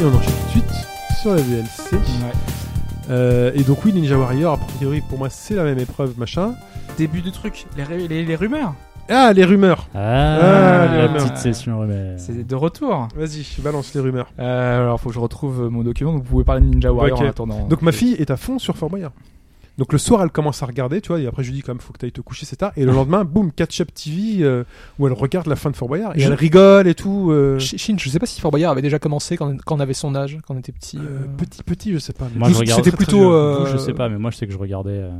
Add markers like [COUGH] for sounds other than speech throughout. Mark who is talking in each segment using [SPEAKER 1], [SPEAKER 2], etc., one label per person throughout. [SPEAKER 1] Et on enchaîne tout de suite sur la DLC. Euh, et donc oui, Ninja Warrior, a priori pour moi c'est la même épreuve, machin.
[SPEAKER 2] Début du truc, les, ré- les- les rumeurs.
[SPEAKER 1] Ah, les rumeurs
[SPEAKER 3] Ah,
[SPEAKER 1] Ah,
[SPEAKER 3] la
[SPEAKER 1] les
[SPEAKER 3] petite
[SPEAKER 2] rumeurs.
[SPEAKER 3] session remède.
[SPEAKER 2] C'est de retour.
[SPEAKER 1] Vas-y, balance les rumeurs.
[SPEAKER 2] Euh, alors, faut que je retrouve mon document. donc Vous pouvez parler de Ninja Warrior
[SPEAKER 1] Ok.
[SPEAKER 2] en attendant.
[SPEAKER 1] Donc ma fille est à fond sur Fort Boyard. Donc le soir, elle commence à regarder, tu vois, et après je lui dis quand même, faut que t'ailles te coucher, c'est tard. Et le lendemain, boum, Catch Up TV, euh, où elle regarde la fin de Fort Boyard, et
[SPEAKER 4] Je-
[SPEAKER 1] elle rigole et tout. euh,
[SPEAKER 4] Ch- Chine, je sais pas si Fort Boyard avait déjà commencé quand, quand on avait son âge, quand on était petit.
[SPEAKER 1] euh,
[SPEAKER 4] euh.
[SPEAKER 1] petit, petit, je sais pas. mais-
[SPEAKER 3] Moi, je
[SPEAKER 1] Juste-
[SPEAKER 3] regarde
[SPEAKER 1] C'était
[SPEAKER 3] très, très
[SPEAKER 1] plutôt.
[SPEAKER 3] Vous,
[SPEAKER 1] euh,
[SPEAKER 3] je sais pas, mais moi je sais que je regardais. euh,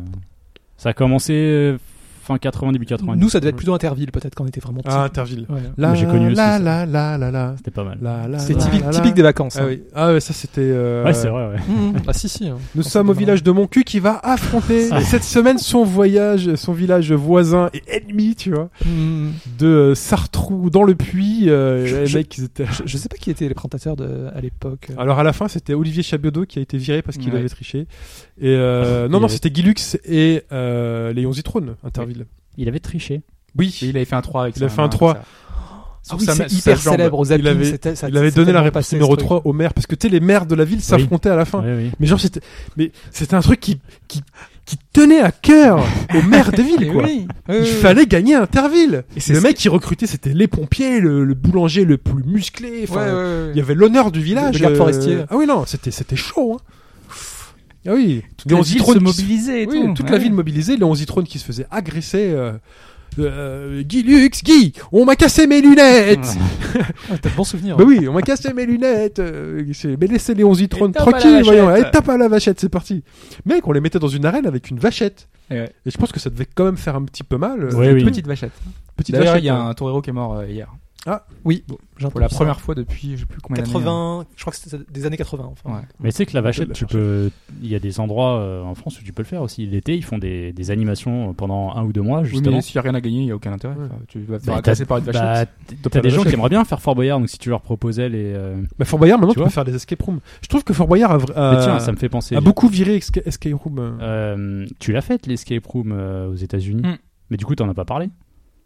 [SPEAKER 3] Ça a commencé euh, fin 80, début 90.
[SPEAKER 4] Nous, ça devait être plutôt Interville, peut-être, quand on était vraiment petit.
[SPEAKER 1] Ah, Interville.
[SPEAKER 4] Ouais.
[SPEAKER 1] Là,
[SPEAKER 3] j'ai connu aussi
[SPEAKER 1] là,
[SPEAKER 3] ça.
[SPEAKER 1] là, là, là, là,
[SPEAKER 3] C'était pas mal.
[SPEAKER 1] là, là,
[SPEAKER 4] C'était
[SPEAKER 1] Ah, là,
[SPEAKER 4] typique,
[SPEAKER 1] là,
[SPEAKER 4] typique des
[SPEAKER 1] là.
[SPEAKER 4] vacances.
[SPEAKER 1] Ah
[SPEAKER 4] hein.
[SPEAKER 1] oui, ah ouais, ça c'était. euh,
[SPEAKER 3] Ouais, c'est vrai, ouais.
[SPEAKER 4] Mhm. Ah si, si. hein.
[SPEAKER 1] Nous
[SPEAKER 4] Quand
[SPEAKER 1] sommes
[SPEAKER 4] c'était
[SPEAKER 1] au village de Moncu qui va affronter cette semaine son voyage, son village voisin et ennemi, tu vois,
[SPEAKER 4] marrant. Mhm.
[SPEAKER 1] de euh, Sartrou dans le puits. euh,
[SPEAKER 4] Je-
[SPEAKER 1] les
[SPEAKER 4] je-
[SPEAKER 1] mecs, ils étaient-
[SPEAKER 4] Je, je sais pas qui étaient les présentateurs de, à l'époque. euh,
[SPEAKER 1] Alors à la fin, c'était Olivier Chabiodot qui a été viré parce qu'il
[SPEAKER 2] Ouais.
[SPEAKER 1] avait triché. Et
[SPEAKER 4] [LAUGHS]
[SPEAKER 1] euh, non,
[SPEAKER 3] Il
[SPEAKER 1] non,
[SPEAKER 3] avait-
[SPEAKER 1] c'était Guilux et euh, Léon Zitrone, Interville.
[SPEAKER 3] Il avait triché.
[SPEAKER 1] Oui.
[SPEAKER 2] Et il avait fait un 3 avec
[SPEAKER 1] Il
[SPEAKER 2] ça,
[SPEAKER 1] a fait un
[SPEAKER 2] avec
[SPEAKER 1] 3.
[SPEAKER 2] ça.
[SPEAKER 4] Ah
[SPEAKER 2] Sur
[SPEAKER 4] oui,
[SPEAKER 2] sa-
[SPEAKER 4] c'est
[SPEAKER 2] sur
[SPEAKER 4] hyper
[SPEAKER 2] sa jambe.
[SPEAKER 4] célèbre aux
[SPEAKER 1] Il
[SPEAKER 4] zappings,
[SPEAKER 1] avait-
[SPEAKER 4] c'était- ça-
[SPEAKER 1] Il avait
[SPEAKER 4] c'est
[SPEAKER 1] donné la
[SPEAKER 4] tellement
[SPEAKER 1] réponse
[SPEAKER 4] passé,
[SPEAKER 1] numéro
[SPEAKER 4] ce truc.
[SPEAKER 1] 3 au maire parce que tu sais, les maires de la ville s'affrontaient à la fin.
[SPEAKER 3] Oui, oui.
[SPEAKER 1] Mais genre, c'était. Mais c'était un truc qui, qui, qui tenait à cœur au maire de
[SPEAKER 4] [LAUGHS]
[SPEAKER 1] ville,
[SPEAKER 2] Eh
[SPEAKER 1] quoi.
[SPEAKER 2] oui.
[SPEAKER 4] Ouais,
[SPEAKER 1] Il
[SPEAKER 4] ouais, ouais.
[SPEAKER 1] fallait gagner Interville.
[SPEAKER 2] Et c'est
[SPEAKER 1] Le
[SPEAKER 2] ce
[SPEAKER 1] mec qui recrutait, c'était les pompiers, le, le boulanger le plus musclé.
[SPEAKER 2] Ouais, ouais,
[SPEAKER 1] Enfin,
[SPEAKER 2] ouais.
[SPEAKER 1] Il y avait l'honneur du village.
[SPEAKER 4] Le garde
[SPEAKER 1] euh,
[SPEAKER 4] forestier.
[SPEAKER 1] Ah oui, non, c'était c'était chaud. Hein. Ah oui.
[SPEAKER 2] Toute la
[SPEAKER 1] Léon
[SPEAKER 2] ville
[SPEAKER 1] Zitrone
[SPEAKER 2] se
[SPEAKER 1] qui
[SPEAKER 2] mobiliser et
[SPEAKER 1] oui,
[SPEAKER 2] tout.
[SPEAKER 1] toute la
[SPEAKER 2] Ouais.
[SPEAKER 1] ville mobilisée, Léon Zitrone qui se faisait agresser. euh, euh, Guy Lux, Guy, on m'a cassé mes lunettes.
[SPEAKER 4] Ah, [LAUGHS] T'as de bons souvenirs.
[SPEAKER 1] bah oui, on m'a cassé mes lunettes. euh, c'est- mais laissez Léon Zitrone
[SPEAKER 2] Et tape à la
[SPEAKER 1] tranquille, voyons.
[SPEAKER 2] vachette.
[SPEAKER 1] Allez, tape à la vachette, c'est parti. Mec, on les mettait dans une arène avec une vachette.
[SPEAKER 2] Et ouais.
[SPEAKER 1] Et je pense que ça devait quand même faire un petit peu mal. euh,
[SPEAKER 3] Ouais,
[SPEAKER 2] Une
[SPEAKER 3] oui.
[SPEAKER 2] Petite vachette.
[SPEAKER 1] Petite
[SPEAKER 2] D'ailleurs,
[SPEAKER 1] vachette.
[SPEAKER 2] il y a
[SPEAKER 1] hein.
[SPEAKER 2] un torero qui est mort euh, hier.
[SPEAKER 4] J'ai
[SPEAKER 2] Pour la
[SPEAKER 4] entendu ça.
[SPEAKER 2] première fois depuis, je sais plus combien d'années. hein.
[SPEAKER 4] 80, je crois que c'était des années 80. Enfin.
[SPEAKER 2] Ouais.
[SPEAKER 3] Mais tu sais que la vachette,
[SPEAKER 1] la
[SPEAKER 3] tu peux. Il y a des endroits euh, en France où tu peux le faire aussi. L'été, ils font des, des animations euh, pendant un ou deux mois,
[SPEAKER 2] Oui,
[SPEAKER 3] justement.
[SPEAKER 2] mais s'il n'y a rien à gagner, il n'y a aucun intérêt.
[SPEAKER 1] Ouais.
[SPEAKER 2] Enfin, Tu vas te
[SPEAKER 3] Bah,
[SPEAKER 2] faire agresser par une vachette.
[SPEAKER 3] Bah,
[SPEAKER 1] pas
[SPEAKER 3] t'as
[SPEAKER 1] la
[SPEAKER 3] des gens qui
[SPEAKER 1] vachette.
[SPEAKER 3] aimeraient bien faire Fort Boyard, donc si tu leur proposais les. euh,
[SPEAKER 1] Bah, Fort Boyard, maintenant,
[SPEAKER 3] Tu
[SPEAKER 1] tu, peux
[SPEAKER 3] vois
[SPEAKER 1] faire des escape rooms. Je trouve que Fort Boyard a, vra-
[SPEAKER 3] Mais
[SPEAKER 1] a-
[SPEAKER 3] tiens, ça me fait penser.
[SPEAKER 1] a beaucoup viré esca- escape room. euh.
[SPEAKER 3] Euh, tu l'as faite, l'escape room euh, aux États-Unis.
[SPEAKER 2] Hmm.
[SPEAKER 3] Mais du coup, t'en as pas parlé.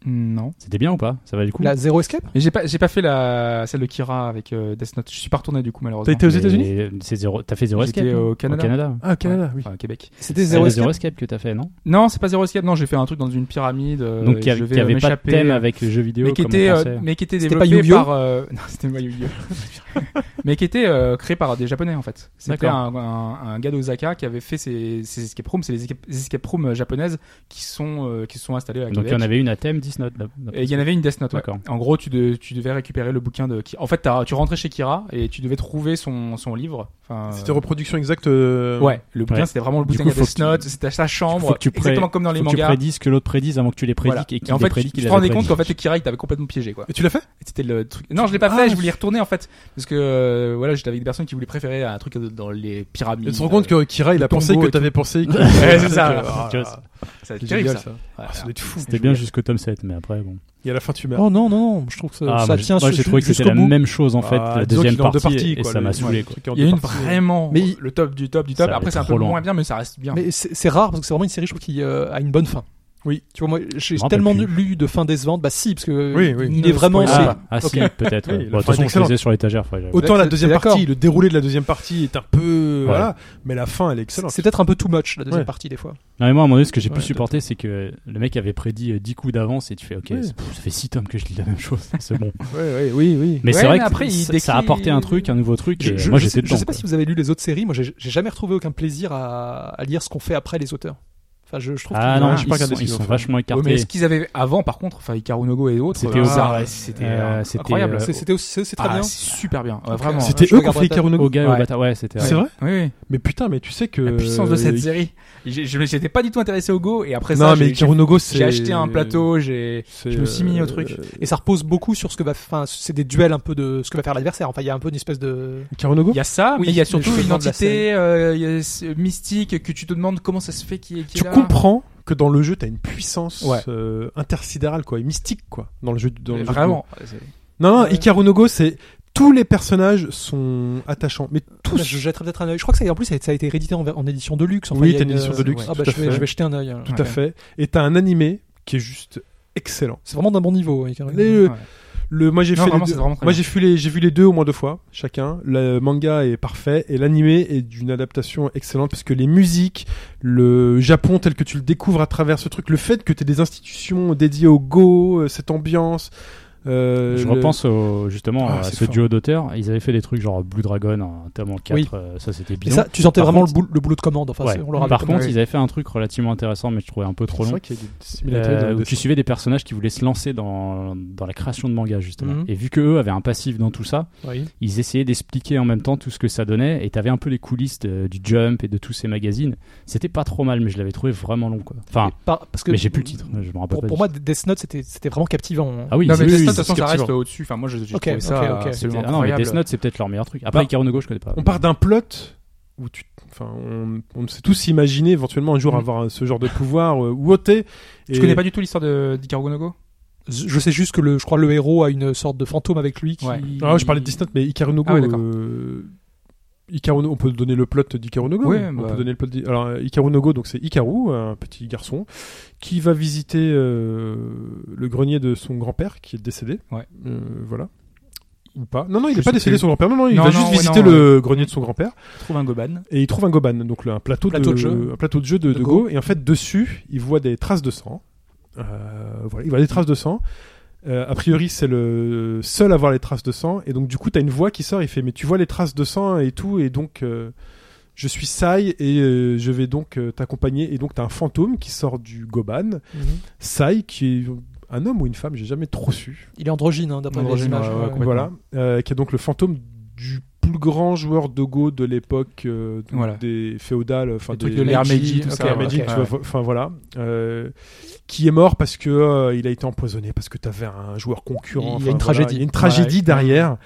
[SPEAKER 2] Non.
[SPEAKER 3] C'était bien ou pas Ça va du coup
[SPEAKER 4] La Zero Escape
[SPEAKER 2] Mais j'ai pas, j'ai pas fait la, celle de Kira avec euh, Death Note. Je suis pas retourné du coup,
[SPEAKER 1] T'as
[SPEAKER 2] malheureusement.
[SPEAKER 1] été aux
[SPEAKER 3] Mais
[SPEAKER 1] États-Unis
[SPEAKER 3] c'est zéro- T'as fait zéro
[SPEAKER 2] J'étais
[SPEAKER 3] escape non
[SPEAKER 2] au Canada.
[SPEAKER 3] Au Canada.
[SPEAKER 1] Ah, au Canada, oui.
[SPEAKER 2] Enfin, Québec.
[SPEAKER 4] C'était
[SPEAKER 3] C'est
[SPEAKER 4] Zero
[SPEAKER 3] le
[SPEAKER 4] Escape.
[SPEAKER 3] zéro escape que t'as fait, non
[SPEAKER 2] Non, c'est pas Zero Escape. Non, j'ai fait un truc dans une pyramide. euh,
[SPEAKER 3] Donc,
[SPEAKER 2] et
[SPEAKER 3] qui
[SPEAKER 2] je
[SPEAKER 3] avait,
[SPEAKER 2] vais,
[SPEAKER 3] qui
[SPEAKER 2] euh,
[SPEAKER 3] avait pas de
[SPEAKER 2] m'échapper,
[SPEAKER 3] thème
[SPEAKER 2] euh,
[SPEAKER 3] avec le jeu vidéo.
[SPEAKER 2] mais qui,
[SPEAKER 3] comme
[SPEAKER 2] était,
[SPEAKER 3] on
[SPEAKER 2] euh,
[SPEAKER 3] pensait.
[SPEAKER 2] mais qui était
[SPEAKER 4] C'était pas
[SPEAKER 2] développé
[SPEAKER 4] Yu-Gi-Oh
[SPEAKER 2] par euh, [LAUGHS] non c'était pas Yu-Gi-Oh [LAUGHS] mais qui était euh, créé par des japonais en fait c'était
[SPEAKER 3] D'accord.
[SPEAKER 2] un, un, un gars d'Osaka qui avait fait ses, ses escape rooms c'est les escape, les escape rooms euh, japonaises qui sont euh, qui sont installées à
[SPEAKER 3] Donc, il y en
[SPEAKER 2] Québec.
[SPEAKER 3] avait une à thème, 10 notes. là- là-
[SPEAKER 2] Et il y en avait une Death Note. ouais.
[SPEAKER 3] D'accord.
[SPEAKER 2] En gros, tu, de- tu devais récupérer le bouquin de. Ki- En fait, t'as- tu rentrais chez Kira et tu devais trouver son, son livre. Enfin,
[SPEAKER 1] C'était
[SPEAKER 2] euh,
[SPEAKER 1] reproduction exacte. euh,
[SPEAKER 2] Ouais, le bouquin
[SPEAKER 3] Ouais.
[SPEAKER 2] c'était vraiment le
[SPEAKER 3] Du
[SPEAKER 2] bouquin
[SPEAKER 3] coup,
[SPEAKER 2] de
[SPEAKER 3] faut
[SPEAKER 2] Death
[SPEAKER 3] que tu-
[SPEAKER 2] Note. C'était à sa chambre.
[SPEAKER 3] faut que tu pré-
[SPEAKER 2] exactement comme dans les
[SPEAKER 3] Faut que tu
[SPEAKER 2] mangas.
[SPEAKER 3] prédises que l'autre prédise avant que tu les prédiques
[SPEAKER 2] Voilà.
[SPEAKER 3] et qu'il
[SPEAKER 2] en fait,
[SPEAKER 3] les prédit
[SPEAKER 2] tu
[SPEAKER 3] qu'il
[SPEAKER 2] te
[SPEAKER 3] les
[SPEAKER 2] rendais
[SPEAKER 3] prédit.
[SPEAKER 2] compte qu'en fait, Kira il t'avait complètement piégé quoi.
[SPEAKER 1] Et tu l'as fait
[SPEAKER 2] C'était le truc. Non, je l'ai pas fait,
[SPEAKER 1] Ah.
[SPEAKER 2] je voulais y retourner en fait. Parce que euh, voilà, j'étais avec des personnes qui voulaient préférer un truc dans les pyramides. Euh,
[SPEAKER 1] Tu te rends compte que Kira, il a
[SPEAKER 2] le
[SPEAKER 1] pensé
[SPEAKER 2] tombeau
[SPEAKER 1] que
[SPEAKER 2] et
[SPEAKER 1] t'avais [LAUGHS] pensé. que-
[SPEAKER 2] Ouais, c'est ça.
[SPEAKER 3] Tu vois, c'est-
[SPEAKER 2] Ça va être
[SPEAKER 1] C'est
[SPEAKER 2] terrible
[SPEAKER 1] génial,
[SPEAKER 2] ça.
[SPEAKER 1] ça.
[SPEAKER 2] Ouais,
[SPEAKER 1] Ah, ça doit être fou.
[SPEAKER 3] C'était bien jusqu'au tome 7, mais après, bon.
[SPEAKER 1] Et à la fin, tu meurs.
[SPEAKER 4] Oh non, non, non, je trouve que ça,
[SPEAKER 3] Ah,
[SPEAKER 4] ça
[SPEAKER 3] moi,
[SPEAKER 4] tient
[SPEAKER 3] j'ai- moi, j'ai
[SPEAKER 4] ju-
[SPEAKER 3] trouvé que c'était la
[SPEAKER 4] jusqu'au bout.
[SPEAKER 3] même chose en fait,
[SPEAKER 1] Ah,
[SPEAKER 3] la
[SPEAKER 1] disons qu'il
[SPEAKER 3] deuxième
[SPEAKER 1] est en deux
[SPEAKER 3] partie,
[SPEAKER 1] parties,
[SPEAKER 3] et
[SPEAKER 1] quoi,
[SPEAKER 3] ça
[SPEAKER 1] le-
[SPEAKER 3] m'a
[SPEAKER 1] ouais,
[SPEAKER 3] saoulé.
[SPEAKER 1] le
[SPEAKER 3] quoi.
[SPEAKER 1] truc est en
[SPEAKER 2] Il y a
[SPEAKER 1] deux
[SPEAKER 2] une
[SPEAKER 1] parties.
[SPEAKER 2] vraiment
[SPEAKER 4] Mais-
[SPEAKER 2] le top du top du top.
[SPEAKER 3] Ça
[SPEAKER 2] Après
[SPEAKER 3] allait
[SPEAKER 2] c'est un peu
[SPEAKER 3] trop loin.
[SPEAKER 2] moins bien mais ça reste bien.
[SPEAKER 4] Mais c'est c'est rare parce que c'est vraiment une série, je trouve, qui euh, a une bonne fin.
[SPEAKER 1] Oui.
[SPEAKER 4] Tu vois, moi, j'ai
[SPEAKER 3] Je me
[SPEAKER 4] tellement
[SPEAKER 3] rappelle
[SPEAKER 4] lu de fin décevantes. Bah si, parce que
[SPEAKER 1] Oui, oui.
[SPEAKER 4] il
[SPEAKER 1] Ne
[SPEAKER 4] est vraiment.
[SPEAKER 1] spoil
[SPEAKER 4] c'est-
[SPEAKER 3] Ah, ah, si,
[SPEAKER 1] Ok.
[SPEAKER 3] peut-être.
[SPEAKER 1] Oui,
[SPEAKER 3] ouais.
[SPEAKER 1] la
[SPEAKER 3] Bon, De toute
[SPEAKER 1] fin est
[SPEAKER 3] façon, je
[SPEAKER 1] excellente.
[SPEAKER 3] les ai sur l'étagère. faut aller la voir.
[SPEAKER 1] Autant la
[SPEAKER 4] T'es
[SPEAKER 1] deuxième
[SPEAKER 4] d'accord.
[SPEAKER 1] partie, le déroulé de la deuxième partie est un peu. Voilà. Mais la fin, elle est excellente.
[SPEAKER 4] C'est peut-être un peu too much la deuxième
[SPEAKER 1] Ouais.
[SPEAKER 4] partie des fois.
[SPEAKER 3] Non, mais moi, à un moment donné, ce que j'ai
[SPEAKER 4] Ouais,
[SPEAKER 3] pu supporter, c'est que le mec avait prédit euh, 10 coups d'avance et tu fais, ok,
[SPEAKER 1] Ouais.
[SPEAKER 3] c'est- pff, ça fait 6 tomes que je lis la même chose, c'est bon.
[SPEAKER 1] Oui, oui, oui.
[SPEAKER 3] Mais
[SPEAKER 2] Ouais,
[SPEAKER 3] c'est vrai
[SPEAKER 2] mais
[SPEAKER 3] que
[SPEAKER 2] après, il
[SPEAKER 3] ça,
[SPEAKER 2] décrit-
[SPEAKER 3] ça a apporté un truc, un nouveau truc,
[SPEAKER 4] Je,
[SPEAKER 3] et
[SPEAKER 4] je-
[SPEAKER 3] moi
[SPEAKER 4] je
[SPEAKER 3] j'étais
[SPEAKER 4] sais, je
[SPEAKER 3] dedans.
[SPEAKER 4] sais pas si vous avez lu les autres séries. Moi, j'ai j'ai jamais retrouvé aucun plaisir à, à lire ce qu'on fait après les auteurs. Enfin, je, je trouve.
[SPEAKER 3] Ah
[SPEAKER 4] qu'il-
[SPEAKER 3] non,
[SPEAKER 1] Ah,
[SPEAKER 3] ils,
[SPEAKER 1] j'ai pas regardé
[SPEAKER 3] sont,
[SPEAKER 1] ce
[SPEAKER 3] ils
[SPEAKER 1] qu'ils ont
[SPEAKER 3] sont
[SPEAKER 1] fait.
[SPEAKER 3] vachement
[SPEAKER 2] Ouais, mais
[SPEAKER 3] écartés.
[SPEAKER 2] ce qu'ils avaient avant par contre, enfin Hikaru no Go et autres,
[SPEAKER 3] C'était
[SPEAKER 2] euh,
[SPEAKER 3] au-
[SPEAKER 2] ça, c'était
[SPEAKER 3] Euh,
[SPEAKER 2] euh,
[SPEAKER 3] c'était,
[SPEAKER 2] incroyable.
[SPEAKER 3] euh,
[SPEAKER 4] c'est- C'était aussi, c'est- c'est très
[SPEAKER 2] Ah,
[SPEAKER 4] bien.
[SPEAKER 2] c'est super bien, ouais,
[SPEAKER 4] Ok.
[SPEAKER 2] vraiment.
[SPEAKER 1] C'était eux
[SPEAKER 4] je
[SPEAKER 1] qui ont
[SPEAKER 4] regarderai
[SPEAKER 1] fait
[SPEAKER 4] pas.
[SPEAKER 1] Karunogo.
[SPEAKER 3] Au gars et au
[SPEAKER 2] Ouais.
[SPEAKER 3] bâtard, ouais, c'était.
[SPEAKER 1] C'est vrai
[SPEAKER 2] Oui, oui.
[SPEAKER 1] Mais putain, mais tu sais que.
[SPEAKER 2] La puissance de cette
[SPEAKER 1] euh,
[SPEAKER 2] série. J'ai- Je j'étais pas du tout intéressé au Go et après
[SPEAKER 1] Non,
[SPEAKER 2] ça,
[SPEAKER 1] mais
[SPEAKER 2] j'ai- j'ai
[SPEAKER 1] Karunogo, c'est.
[SPEAKER 2] j'ai acheté un plateau, j'ai
[SPEAKER 1] c'est,
[SPEAKER 2] je me suis mis au
[SPEAKER 1] euh,
[SPEAKER 2] truc.
[SPEAKER 4] Et ça repose beaucoup sur ce que va. Enfin, c'est des duels un peu de ce que va faire l'adversaire. Enfin, il y a un peu une espèce de.
[SPEAKER 1] Karunogo
[SPEAKER 2] Il y a ça,
[SPEAKER 4] Oui,
[SPEAKER 2] mais il y a
[SPEAKER 4] mais je
[SPEAKER 2] surtout
[SPEAKER 4] te
[SPEAKER 2] une
[SPEAKER 4] demande la
[SPEAKER 2] entité euh, il y a ce mystique que tu te demandes comment ça se fait qui est qui est
[SPEAKER 1] Tu
[SPEAKER 2] là.
[SPEAKER 1] comprends que dans le jeu, t'as une puissance
[SPEAKER 2] Ouais.
[SPEAKER 1] euh, intersidérale, quoi, et mystique, quoi, dans le jeu. Dans le jeu de
[SPEAKER 2] Vraiment.
[SPEAKER 1] Non, non,
[SPEAKER 4] Ouais.
[SPEAKER 1] Hikaru no Go, c'est. Tous les personnages sont attachants, mais tous.
[SPEAKER 4] Bah, je jetterai peut-être un œil. Je crois que ça, en plus, ça a- ça a été réédité en, en édition de luxe. Enfin,
[SPEAKER 1] Oui,
[SPEAKER 4] il y a
[SPEAKER 1] t'as une édition de luxe,
[SPEAKER 4] Ah, bah,
[SPEAKER 1] tout à
[SPEAKER 4] je, vais,
[SPEAKER 1] fait.
[SPEAKER 4] je vais jeter un œil. hein.
[SPEAKER 1] Tout à fait. Et t'as un animé qui est juste excellent.
[SPEAKER 4] C'est vraiment d'un bon niveau. hein, Hikaru.
[SPEAKER 1] Les- le, Le, moi j'ai
[SPEAKER 2] Non,
[SPEAKER 1] fait les
[SPEAKER 2] vraiment,
[SPEAKER 1] deux-
[SPEAKER 2] c'est vraiment très
[SPEAKER 1] moi
[SPEAKER 2] bien.
[SPEAKER 1] j'ai vu les j'ai vu les deux au moins deux fois chacun. Le manga est parfait et l'animé est d'une adaptation excellente parce que les musiques, le Japon tel que tu le découvres à travers ce truc, le fait que tu des institutions dédiées au go, euh, cette ambiance. euh,
[SPEAKER 3] Je
[SPEAKER 1] le-
[SPEAKER 3] repense au- justement
[SPEAKER 1] Ah,
[SPEAKER 3] à
[SPEAKER 1] c'est
[SPEAKER 3] ce
[SPEAKER 1] fort.
[SPEAKER 3] duo d'auteurs. Ils avaient fait des trucs genre Blue Dragon, hein, tome en 4,
[SPEAKER 4] Oui.
[SPEAKER 3] euh, ça c'était
[SPEAKER 4] Mais
[SPEAKER 3] bidon.
[SPEAKER 4] ça, tu sentais
[SPEAKER 3] Par
[SPEAKER 4] vraiment
[SPEAKER 3] contre-
[SPEAKER 4] le, boul- le boulot de commande. Enfin,
[SPEAKER 3] Ouais.
[SPEAKER 4] c'est- on leur a
[SPEAKER 3] Par contre,
[SPEAKER 2] oui.
[SPEAKER 3] ils avaient fait un truc relativement intéressant, mais je trouvais un peu trop
[SPEAKER 1] C'est
[SPEAKER 3] long.
[SPEAKER 1] vrai qu'il y a des hein, similarités
[SPEAKER 3] euh,
[SPEAKER 1] dans les
[SPEAKER 3] où
[SPEAKER 1] deux
[SPEAKER 3] tu suivais des personnages qui voulaient se lancer dans, dans la création de manga justement.
[SPEAKER 4] Mhm.
[SPEAKER 3] Et vu que eux avaient un passif dans tout ça,
[SPEAKER 4] Oui.
[SPEAKER 3] ils essayaient d'expliquer en même temps tout ce que ça donnait. Et t'avais un peu les coulisses de- du Jump et de tous ces magazines. C'était pas trop mal, mais je l'avais trouvé vraiment long quoi. Enfin,
[SPEAKER 4] Par- parce que
[SPEAKER 3] mais j'ai plus le titre. Je me rappelle
[SPEAKER 4] Pour,
[SPEAKER 3] pas.
[SPEAKER 4] pour
[SPEAKER 3] du
[SPEAKER 4] moi,
[SPEAKER 3] titre.
[SPEAKER 4] Death Note, c'était c'était vraiment captivant. hein.
[SPEAKER 3] ah oui,
[SPEAKER 2] non,
[SPEAKER 3] c'est-
[SPEAKER 2] mais
[SPEAKER 3] oui,
[SPEAKER 2] Death
[SPEAKER 3] oui,
[SPEAKER 2] Note, de toute façon,
[SPEAKER 1] c'est
[SPEAKER 2] ça reste
[SPEAKER 1] captivant.
[SPEAKER 2] au-dessus. Enfin, moi, j'ai j'ai
[SPEAKER 4] Ok,
[SPEAKER 2] trouvé ça
[SPEAKER 4] ok, ok.
[SPEAKER 3] c'était-
[SPEAKER 2] absolument
[SPEAKER 3] ah non, mais
[SPEAKER 2] incroyable.
[SPEAKER 3] Death Note, c'est peut-être leur meilleur truc. Après,
[SPEAKER 1] Bah,
[SPEAKER 3] Ikaru no Go, je connais pas.
[SPEAKER 1] On part d'un plot où tu, enfin, on, on s'est tous imaginé éventuellement un jour
[SPEAKER 2] Mhm.
[SPEAKER 1] avoir euh, ce genre de pouvoir euh, ou ôter.
[SPEAKER 2] Tu connais pas du tout l'histoire de d'Ikaru no Go
[SPEAKER 4] Je je sais juste que le, je crois le héros a une sorte de fantôme avec lui. Qui...
[SPEAKER 2] Ouais.
[SPEAKER 1] Ah, je parlais de Disney, mais Ikaru no Go,
[SPEAKER 2] Ah oui, d'accord.
[SPEAKER 1] euh, Ikaru no- on peut donner le plot d'Ikaru no Go.
[SPEAKER 2] Ouais,
[SPEAKER 1] on
[SPEAKER 2] bah.
[SPEAKER 1] peut donner le plot d'I- Alors, euh, Ikaru no Go, donc c'est Ikaru, un petit garçon, qui va visiter euh, le grenier de son grand-père qui est décédé.
[SPEAKER 2] Ouais.
[SPEAKER 1] Euh, voilà. Ou pas. Non, non, il
[SPEAKER 2] Je
[SPEAKER 1] n'est pas
[SPEAKER 2] sais
[SPEAKER 1] décédé
[SPEAKER 2] plus.
[SPEAKER 1] son grand-père. Non, non, il
[SPEAKER 2] Non,
[SPEAKER 1] va
[SPEAKER 2] non,
[SPEAKER 1] juste
[SPEAKER 2] ouais,
[SPEAKER 1] visiter
[SPEAKER 2] non,
[SPEAKER 1] le grenier de son grand-père
[SPEAKER 2] Trouve un Goban.
[SPEAKER 1] et il trouve un Goban, donc le- un plateau,
[SPEAKER 4] Plateau
[SPEAKER 1] de,
[SPEAKER 4] de jeu.
[SPEAKER 1] un plateau de jeu de,
[SPEAKER 4] De
[SPEAKER 1] de
[SPEAKER 4] Go.
[SPEAKER 1] Go. Et en fait, dessus, il voit des traces de sang. Euh, voilà, il voit des traces de sang. Euh, a priori, c'est le seul à voir les traces de sang. Et donc, du coup, t'as une voix qui sort. Il fait Mais tu vois les traces de sang et tout. Et donc, euh, je suis Sai et euh, je vais donc euh, t'accompagner. Et donc, t'as un fantôme qui sort du Goban.
[SPEAKER 4] Mhm.
[SPEAKER 1] Sai, qui est un homme ou une femme, j'ai jamais trop su.
[SPEAKER 4] Il est androgyne, hein, d'après les
[SPEAKER 2] Androgyne, ouais,
[SPEAKER 4] images.
[SPEAKER 2] ouais,
[SPEAKER 4] Ouais.
[SPEAKER 2] complètement.
[SPEAKER 1] Voilà, Euh, qui est donc le fantôme du plus grand joueur de Go de l'époque euh, donc
[SPEAKER 2] Voilà.
[SPEAKER 1] des féodales, enfin
[SPEAKER 2] Les trucs
[SPEAKER 1] des-
[SPEAKER 2] de l'ère Meiji, tout
[SPEAKER 1] Ok,
[SPEAKER 2] ça.
[SPEAKER 1] la
[SPEAKER 2] ouais,
[SPEAKER 1] Magic,
[SPEAKER 2] ok.
[SPEAKER 1] tu
[SPEAKER 2] Ouais.
[SPEAKER 1] vois, enfin voilà, Euh, qui est mort parce que euh, il a été empoisonné parce que tu avais un joueur concurrent.
[SPEAKER 4] Il y a une
[SPEAKER 1] enfin, voilà,
[SPEAKER 4] tragédie.
[SPEAKER 1] il y a une tragédie
[SPEAKER 2] Voilà.
[SPEAKER 1] derrière.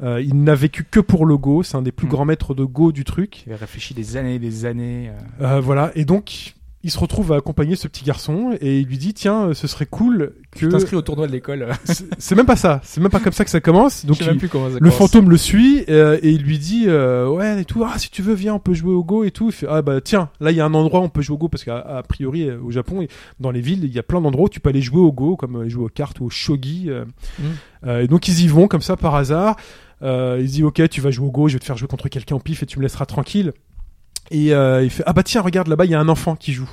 [SPEAKER 1] Euh, il n'a vécu que pour le Go. C'est un des plus
[SPEAKER 2] Mm.
[SPEAKER 1] grands maîtres de Go du truc.
[SPEAKER 2] Qui avait réfléchi des années et des années. euh,
[SPEAKER 1] Euh, voilà, et donc il se retrouve à accompagner ce petit garçon et il lui dit tiens, euh, ce serait cool que.
[SPEAKER 2] Tu t'inscris au tournoi de l'école. euh,
[SPEAKER 1] [LAUGHS] C'est c'est même pas ça. C'est même pas comme ça que ça commence.
[SPEAKER 2] Je
[SPEAKER 1] Donc
[SPEAKER 2] sais même
[SPEAKER 1] il-
[SPEAKER 2] plus comment ça
[SPEAKER 1] le
[SPEAKER 2] commence.
[SPEAKER 1] fantôme le suit euh, et il lui dit euh, ouais et tout ah si tu veux viens on peut jouer au go et tout il fait ah bah tiens là il y a un endroit où on peut jouer au go parce qu'à a priori euh, au Japon et dans les villes il y a plein d'endroits où tu peux aller jouer au go comme euh, jouer aux cartes ou au shogi euh.
[SPEAKER 4] Mm.
[SPEAKER 1] Euh, et donc ils y vont comme ça par hasard euh, il se dit ok tu vas jouer au go je vais te faire jouer contre quelqu'un au pif et tu me laisseras tranquille et euh, il fait ah bah tiens regarde là-bas il y a un enfant qui joue